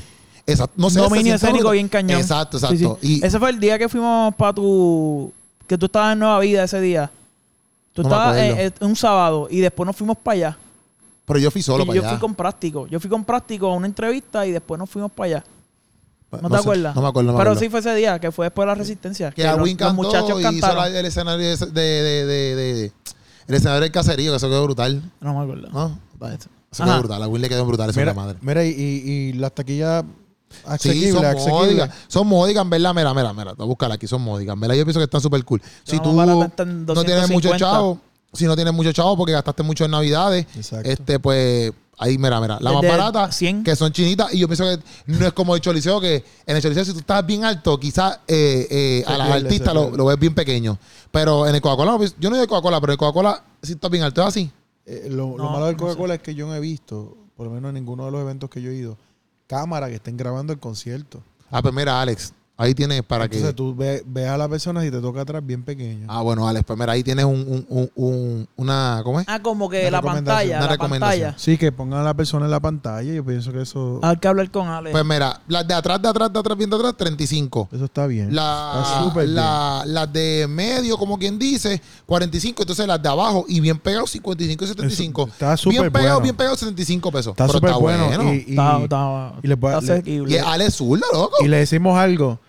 Speaker 1: Exacto, no sé,
Speaker 2: Dominio
Speaker 1: se siente
Speaker 2: escénico
Speaker 1: brutal.
Speaker 2: bien cañón.
Speaker 1: Exacto,
Speaker 2: Sí, sí.
Speaker 1: exacto. Y
Speaker 2: Ese fue el día que fuimos para tu. que tú estabas en Nueva Vida ese día. Tú
Speaker 1: No me
Speaker 2: estabas
Speaker 1: acuerdo.
Speaker 2: eh, eh, un sábado y después nos fuimos para allá.
Speaker 1: pero yo fui solo
Speaker 2: Y
Speaker 1: para
Speaker 2: yo
Speaker 1: allá.
Speaker 2: fui con práctico. Yo fui con práctico a una entrevista y después nos fuimos para allá. ¿No,
Speaker 1: No
Speaker 2: te
Speaker 1: sé,
Speaker 2: acuerdas?
Speaker 1: no me acuerdo, no me
Speaker 2: Pero
Speaker 1: acuerdo.
Speaker 2: sí fue ese día, que fue después de la resistencia.
Speaker 1: que Alwin
Speaker 2: los, los
Speaker 1: cantó
Speaker 2: muchachos
Speaker 1: y
Speaker 2: cantaron.
Speaker 1: hizo la- el escenario de, de- de- de- de- el escenario del caserío, que eso quedó brutal.
Speaker 2: No me acuerdo.
Speaker 1: ¿No? Eso quedó
Speaker 2: Ajá.
Speaker 1: brutal. A Win le quedó brutal, eso es
Speaker 3: Mira,
Speaker 1: la madre.
Speaker 3: mira, y, y, y las taquillas
Speaker 1: Sí,
Speaker 3: asequibles,
Speaker 1: son
Speaker 3: asequibles.
Speaker 1: módicas. Son módicas, en verdad. Mira, mira, mira. Voy a buscarla aquí, son módicas. ¿verdad? Yo pienso que están súper cool. Si
Speaker 2: Son
Speaker 1: tú
Speaker 2: más baratas, están
Speaker 1: no tienes mucho
Speaker 2: 250.
Speaker 1: chavo, si no tienes mucho chavo porque gastaste mucho en Navidades,
Speaker 3: Exacto.
Speaker 1: este, pues ahí, mira, mira. La más
Speaker 2: Desde
Speaker 1: barata,
Speaker 2: 100.
Speaker 1: que son chinitas. Y yo pienso que no es como el Choliseo, que en el Choliseo, si tú estás bien alto, quizás eh, eh,
Speaker 3: Se
Speaker 1: a las
Speaker 3: pierde, se
Speaker 1: artistas lo,
Speaker 3: pierde.
Speaker 1: lo ves bien pequeño. Pero en el Coca-Cola, no, pues, yo no he ido de Coca-Cola, pero el Coca-Cola, si estás bien alto, es así.
Speaker 3: Eh, lo, lo
Speaker 2: No,
Speaker 3: malo del
Speaker 2: no sé.
Speaker 3: Coca-Cola es que yo no he visto, por lo menos en ninguno de los eventos que yo he ido, cámara que estén grabando el concierto.
Speaker 1: Ah, pues mira, Alex. Ahí tienes para
Speaker 3: Entonces
Speaker 1: que.
Speaker 3: tú ve- ves a la persona y te toca atrás bien pequeña.
Speaker 1: Ah, bueno, Alex, pues mira, ahí tienes un, un- un- un- una. ¿Cómo es?
Speaker 2: Ah, como que
Speaker 3: Una
Speaker 2: la
Speaker 3: recomendación,
Speaker 2: pantalla,
Speaker 1: una
Speaker 2: la
Speaker 1: recomendación.
Speaker 2: pantalla.
Speaker 3: Sí, que pongan a la persona en la pantalla. Yo pienso que eso,
Speaker 2: Hay que hablar con Ale.
Speaker 1: Pues mira, las de atrás, de atrás, de atrás, bien de atrás, 35.
Speaker 3: eso está bien. Está
Speaker 1: La,
Speaker 3: súper
Speaker 1: la- las de medio, como quien dice, 45. Entonces las de abajo y bien pegado, 55 y 75.
Speaker 3: Eso está súper
Speaker 1: Bien pegado,
Speaker 3: bueno.
Speaker 1: bien pegado, 75 pesos.
Speaker 3: está
Speaker 1: Pero
Speaker 3: súper bueno. Y, y-
Speaker 2: Está- está-
Speaker 3: y le voy a-
Speaker 2: está
Speaker 3: le-
Speaker 1: Y
Speaker 2: asequible.
Speaker 1: es Ale Zurda, loco.
Speaker 3: y le decimos algo.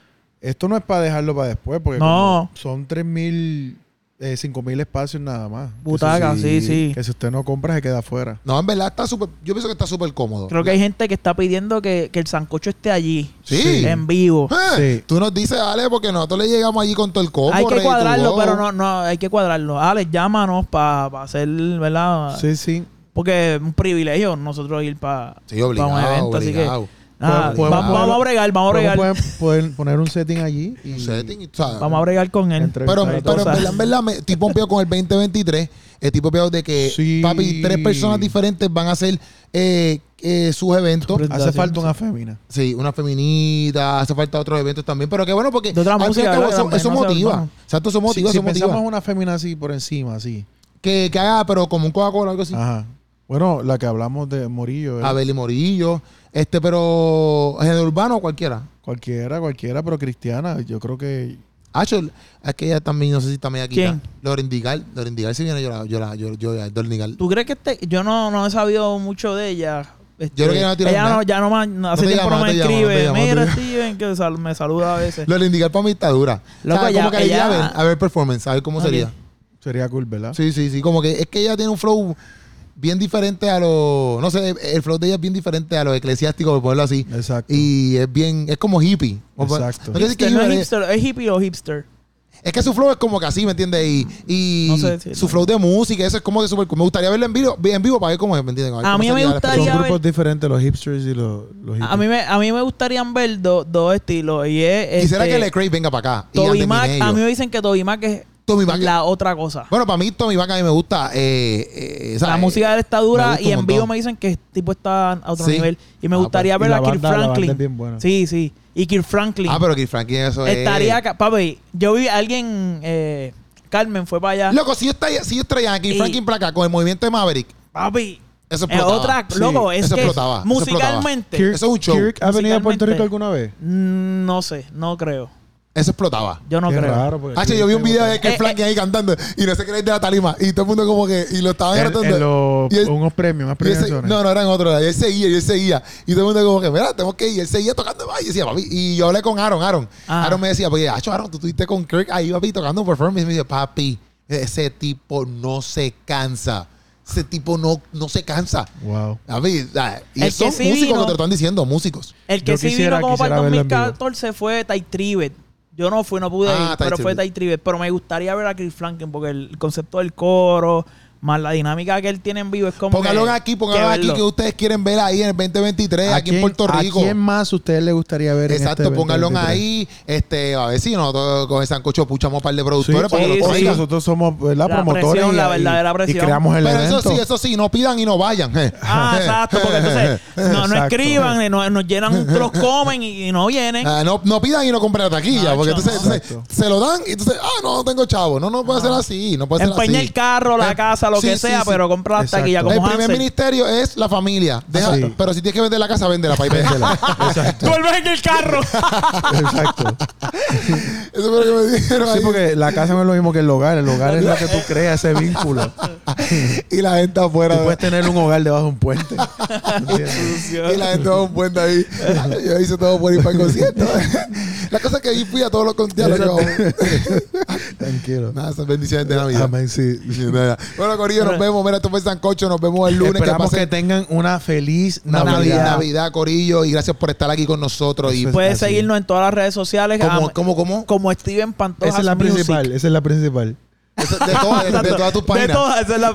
Speaker 3: Esto no es para dejarlo para después, porque
Speaker 2: No.
Speaker 3: como son 3.000, eh, 5.000 espacios nada más. Que eso
Speaker 2: Butaca, sí, sí.
Speaker 3: Que si usted no compra, se queda afuera.
Speaker 1: No, en verdad está súper. Yo pienso que está súper cómodo.
Speaker 2: Creo que hay gente que está pidiendo que, que el sancocho esté allí,
Speaker 1: Sí.
Speaker 2: en vivo.
Speaker 1: Eh,
Speaker 3: Sí.
Speaker 1: Tú nos dices, Ale, porque nosotros le llegamos allí con todo el combo.
Speaker 2: hay que
Speaker 1: ready to
Speaker 2: cuadrarlo,
Speaker 1: go.
Speaker 2: pero no, no, hay que cuadrarlo. Ale, llámanos para hacer, ¿verdad?
Speaker 3: Sí, sí.
Speaker 2: Porque es un privilegio nosotros ir para
Speaker 1: Sí, obligado,
Speaker 2: un evento, así
Speaker 1: obligado.
Speaker 2: que. nada,
Speaker 3: Podemos-
Speaker 2: Ah, va- vamos a bregar, vamos a
Speaker 3: Podemos
Speaker 2: bregar.
Speaker 3: poner- poder poner un setting allí. y-
Speaker 1: Un setting, o sea,
Speaker 2: Vamos a bregar con él.
Speaker 3: Entre-
Speaker 1: Pero,
Speaker 3: Exacto.
Speaker 1: pero en
Speaker 2: O sea-
Speaker 1: verdad, en verdad, me estoy pompeado con el 2023. Estoy pompeado de que,
Speaker 3: Sí.
Speaker 1: papi, tres personas diferentes van a hacer eh, eh, sus eventos.
Speaker 3: Hace falta una fémina.
Speaker 1: Sí, una feminita, hace falta otros eventos también. Pero qué bueno, porque
Speaker 2: De otra
Speaker 1: al fin y
Speaker 2: música,
Speaker 1: al cabo,
Speaker 2: ¿verdad?
Speaker 1: eso,
Speaker 2: Que
Speaker 1: eso
Speaker 2: también no se
Speaker 1: motiva.
Speaker 2: hormona.
Speaker 1: Exacto, eso motiva,
Speaker 3: si si
Speaker 1: eso motiva.
Speaker 3: pensamos una fémina así por encima, así.
Speaker 1: Que, que haga, pero como un Coca-Cola o algo así.
Speaker 2: Ah,
Speaker 3: Ajá. Bueno, la que hablamos de Morillo. ¿verdad?
Speaker 1: Abel y Morillo. Este, pero género urbano o cualquiera.
Speaker 3: Cualquiera, cualquiera, pero cristiana. Yo creo que
Speaker 1: Hacho, es que ella también, no sé si también aquí.
Speaker 2: ¿Quién?
Speaker 1: Lorendigal. Lorendigal, si viene, yo la, yo la, yo, yo, Lorendigal.
Speaker 2: ¿Tú crees que este.? Yo no, no he sabido mucho de ella. Este,
Speaker 1: Yo creo que ella no tiene
Speaker 2: ella
Speaker 1: nada.
Speaker 2: no, ya no, ma- no- hace
Speaker 1: No te
Speaker 2: tiempo
Speaker 1: llama,
Speaker 2: no me
Speaker 1: no te llama, no
Speaker 2: escribe.
Speaker 1: te llama, no te
Speaker 2: Mira,
Speaker 1: llama.
Speaker 2: Steven, que sal- me saluda a veces.
Speaker 1: Lorendigal para mí está dura.
Speaker 2: Loco,
Speaker 1: O sea, como
Speaker 2: ella-
Speaker 1: que le
Speaker 2: ella-
Speaker 1: a ver, a ver performance, a ver cómo
Speaker 2: Ok.
Speaker 1: sería.
Speaker 3: sería cool, ¿verdad?
Speaker 1: Sí, sí, sí. Como que es que ella tiene un flow bien diferente a lo. No sé, el flow de ella es bien diferente a lo eclesiástico, por ponerlo así.
Speaker 3: Exacto.
Speaker 1: Y es bien. Es como hippie. Como-
Speaker 3: Exacto.
Speaker 1: no quiero decir que
Speaker 2: Hipster, Este, no
Speaker 1: hippie,
Speaker 2: es hipster, es hippie o hipster.
Speaker 1: es que su flow es como que así, ¿me entiendes? Y, y
Speaker 2: No sé decirlo.
Speaker 1: su flow de música, eso es como que súper cool. Me gustaría verla en vivo, en vivo para ver cómo es, ¿me entiendes? ver
Speaker 2: A
Speaker 1: cómo
Speaker 2: mí me
Speaker 1: sería la
Speaker 2: gustaría-
Speaker 3: Son
Speaker 1: experiencia.
Speaker 2: a ver.
Speaker 3: grupos diferentes, los hipsters y los, los hippies.
Speaker 2: A mí me, a mí me gustaría ver do- dos estilos. Y es.
Speaker 1: Quisiera
Speaker 2: este,
Speaker 1: que Le Craig venga para acá. y
Speaker 2: Toby
Speaker 1: anden en
Speaker 2: Mac,
Speaker 1: ellos.
Speaker 2: a mí me dicen que Toby Mac es
Speaker 1: Tommy Vaca.
Speaker 2: la otra cosa.
Speaker 1: Bueno, para mí Tommy Vaca a mí me gusta. eh, eh, o sea,
Speaker 2: la
Speaker 1: eh,
Speaker 2: música de él está
Speaker 1: me
Speaker 2: dura
Speaker 1: gusta
Speaker 2: y
Speaker 1: un
Speaker 2: en vivo
Speaker 1: montón.
Speaker 2: me dicen que el tipo está a otro
Speaker 1: Sí.
Speaker 2: nivel. Y me
Speaker 3: Ah,
Speaker 2: gustaría
Speaker 3: pues, y
Speaker 2: ver
Speaker 3: la
Speaker 2: a Kirk
Speaker 3: banda- la banda es
Speaker 2: Franklin.
Speaker 3: bien buena.
Speaker 2: Sí, sí. Y Kirk Franklin.
Speaker 1: Ah, pero que Franklin eso es-
Speaker 2: Estaría acá. Papi, yo vi a alguien. eh, Carmen fue para allá.
Speaker 1: Loco, si yo, traía, si yo traía a Keith
Speaker 2: Y-
Speaker 1: Franklin para acá con el movimiento de Maverick,
Speaker 2: Papi.
Speaker 1: eso
Speaker 2: Es
Speaker 1: explotaba.
Speaker 2: otra.
Speaker 3: Sí,
Speaker 2: Loco, es
Speaker 1: eso
Speaker 2: que
Speaker 1: explotaba, eso
Speaker 2: musicalmente.
Speaker 3: Kirk,
Speaker 1: Eso es un show.
Speaker 3: Kirk ha venido a Puerto Rico alguna vez.
Speaker 2: mm, No sé, no creo.
Speaker 1: Eso explotaba.
Speaker 2: Yo no
Speaker 3: Qué
Speaker 2: creo.
Speaker 3: raro, porque
Speaker 1: Ah,
Speaker 3: Kirk
Speaker 1: yo vi un
Speaker 3: está
Speaker 1: video
Speaker 3: botado.
Speaker 1: de Keith
Speaker 2: Eh,
Speaker 1: Franklin ahí cantando y no sé qué era el de la tarima y todo el mundo como que y lo estaban
Speaker 3: En- en
Speaker 1: tratando.
Speaker 3: los-
Speaker 1: Y es-
Speaker 3: unos premios, unas
Speaker 1: Y ese-
Speaker 3: premiaciones.
Speaker 1: no, no eran otros. Y él seguía, y él seguía. Y todo el mundo como que, mira, tenemos que ir. Y él seguía tocando más. Y decía, papi. Y yo hablé con Aaron. Aaron,
Speaker 2: Ah.
Speaker 1: Aaron me decía, pues, acho, Aaron, tú estuviste con Kirk ahí, papi, tocando un performance. Y me dice, papi, ese tipo no se cansa. Ese tipo no, no se cansa.
Speaker 3: Wow.
Speaker 1: Papi, o sea, y
Speaker 2: El que
Speaker 1: son
Speaker 2: sí
Speaker 1: músicos
Speaker 2: vino-
Speaker 1: que te lo están diciendo, músicos.
Speaker 2: El que
Speaker 3: Yo
Speaker 2: sí
Speaker 3: quisiera-
Speaker 2: vino como para el
Speaker 3: quisiera verlo en vivo.
Speaker 2: 2014 fue Ty Trivet. Yo no fui, no pude
Speaker 1: Ah, Ty
Speaker 2: ir, pero fue
Speaker 1: Trivet.
Speaker 2: Ty Trivet. Pero me gustaría ver a Chris Franklin porque el concepto del coro, más la dinámica que él tiene en vivo es como.
Speaker 1: Pónganlo
Speaker 2: que-
Speaker 1: aquí, pónganlo
Speaker 2: que
Speaker 1: aquí
Speaker 2: verlo.
Speaker 1: que ustedes quieren ver ahí en el 2023,
Speaker 3: ¿A
Speaker 1: Eh, aquí en
Speaker 3: quién-
Speaker 1: Puerto Rico.
Speaker 3: ¿A quién más a ustedes les gustaría ver? en
Speaker 1: Exacto,
Speaker 3: este
Speaker 1: pónganlo
Speaker 3: 2023?
Speaker 1: ahí. Este, a ver si nosotros con el Sancocho puchamos un par de
Speaker 3: Sí,
Speaker 1: productores para que
Speaker 2: sí,
Speaker 3: o-
Speaker 1: lo
Speaker 3: o
Speaker 2: sí.
Speaker 1: traigan.
Speaker 3: nosotros somos ¿verdad?
Speaker 2: La
Speaker 3: promotores
Speaker 2: presión,
Speaker 3: y,
Speaker 2: la verdadera
Speaker 3: y-
Speaker 2: presión.
Speaker 3: y creamos el
Speaker 1: Pero
Speaker 3: evento.
Speaker 1: eso sí, eso sí, no pidan y no vayan. eh.
Speaker 2: Ah, exacto, porque entonces no, no
Speaker 3: Exacto.
Speaker 2: escriban, eh, no- nos llenan, los comen y, y no vienen.
Speaker 1: Ah, no, no pidan y no compren la taquilla,
Speaker 2: Nacho,
Speaker 1: porque entonces,
Speaker 2: no.
Speaker 1: entonces
Speaker 3: ¿eh? Exacto. Ah.
Speaker 1: se lo dan y entonces, ah, no, no tengo chavo. No, no puede ser así, no puede ser
Speaker 2: Empaña
Speaker 1: Pues así.
Speaker 2: el carro, la
Speaker 1: Eh,
Speaker 2: casa, lo
Speaker 1: sí,
Speaker 2: que
Speaker 1: sí,
Speaker 2: sea,
Speaker 1: sí.
Speaker 2: pero compra las
Speaker 3: Exacto.
Speaker 2: taquillas
Speaker 1: el
Speaker 2: como
Speaker 1: primer
Speaker 2: Hansel.
Speaker 1: ministerio es la familia. Deja-
Speaker 3: Exacto.
Speaker 1: Pero si tienes que vender la casa, véndela para
Speaker 3: Véndela. Exacto,
Speaker 2: ¡Vuelve en el carro!
Speaker 3: exacto.
Speaker 1: Eso fue lo que me dijeron.
Speaker 3: Sí,
Speaker 1: ahí.
Speaker 3: porque la casa no es lo mismo que el hogar. El hogar es lo que tú creas, ese vínculo.
Speaker 1: Y la gente
Speaker 3: Tú
Speaker 1: afuera.
Speaker 3: puedes tener un hogar debajo de un puente. ¿Entiendes?
Speaker 1: Y la gente va a un puente ahí. Yo hice todo por ir para el concierto. la cosa es que ahí fui a todos los conciertos.
Speaker 3: Tranquilo.
Speaker 1: Nada, esas bendiciones de Navidad.
Speaker 3: Amén, sí.
Speaker 1: Bueno, Corillo, nos vemos. Mira, esto fue Sancocho. Nos vemos el lunes.
Speaker 3: Esperamos que
Speaker 1: pasen
Speaker 3: tengan una feliz
Speaker 1: Navidad.
Speaker 3: Navidad.
Speaker 1: Navidad, Corillo. Y gracias por estar aquí con nosotros. Y
Speaker 3: Eso
Speaker 2: Puedes
Speaker 3: Así.
Speaker 2: seguirnos en todas las redes sociales
Speaker 1: como,
Speaker 2: am-
Speaker 1: como, como.
Speaker 2: como Steven Pantoja.
Speaker 3: Esa es la
Speaker 2: Music.
Speaker 3: principal. Esa es la principal.
Speaker 1: Eso- De, todas- de- de todas tus
Speaker 2: De
Speaker 1: páginas.
Speaker 2: todas, esa es la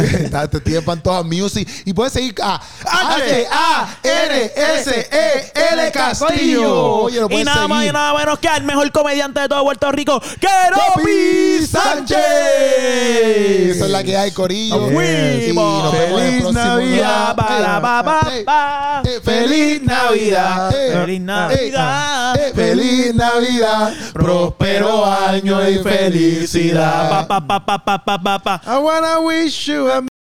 Speaker 1: Está- Te tienen Pantoja Music. Y puedes seguir a
Speaker 2: H-A-N-S-E-L
Speaker 1: H-A-N-S-E-L E Castillo. Oye, lo
Speaker 2: E y
Speaker 1: puedes
Speaker 2: nada más y
Speaker 1: seguir.
Speaker 2: nada menos que al mejor comediante de todo Puerto Rico,
Speaker 1: Papi
Speaker 2: Keropi
Speaker 1: Sánchez.
Speaker 2: Sánchez.
Speaker 1: Esa es la que hay, Corillo.
Speaker 3: Nos
Speaker 1: Sí,
Speaker 2: fuimos.
Speaker 1: nos vemos en el
Speaker 3: Feliz
Speaker 1: próximo
Speaker 3: Navidad.
Speaker 1: lunes.
Speaker 2: Pa, la, pa, pa,
Speaker 1: Eh,
Speaker 2: pa.
Speaker 1: eh, feliz Navidad. Eh,
Speaker 2: Feliz
Speaker 1: eh,
Speaker 2: Navidad.
Speaker 1: eh, Feliz Navidad, próspero año y felicidad.
Speaker 2: Pa, pa, pa, pa, pa, pa, pa, pa.
Speaker 3: I wanna wish you a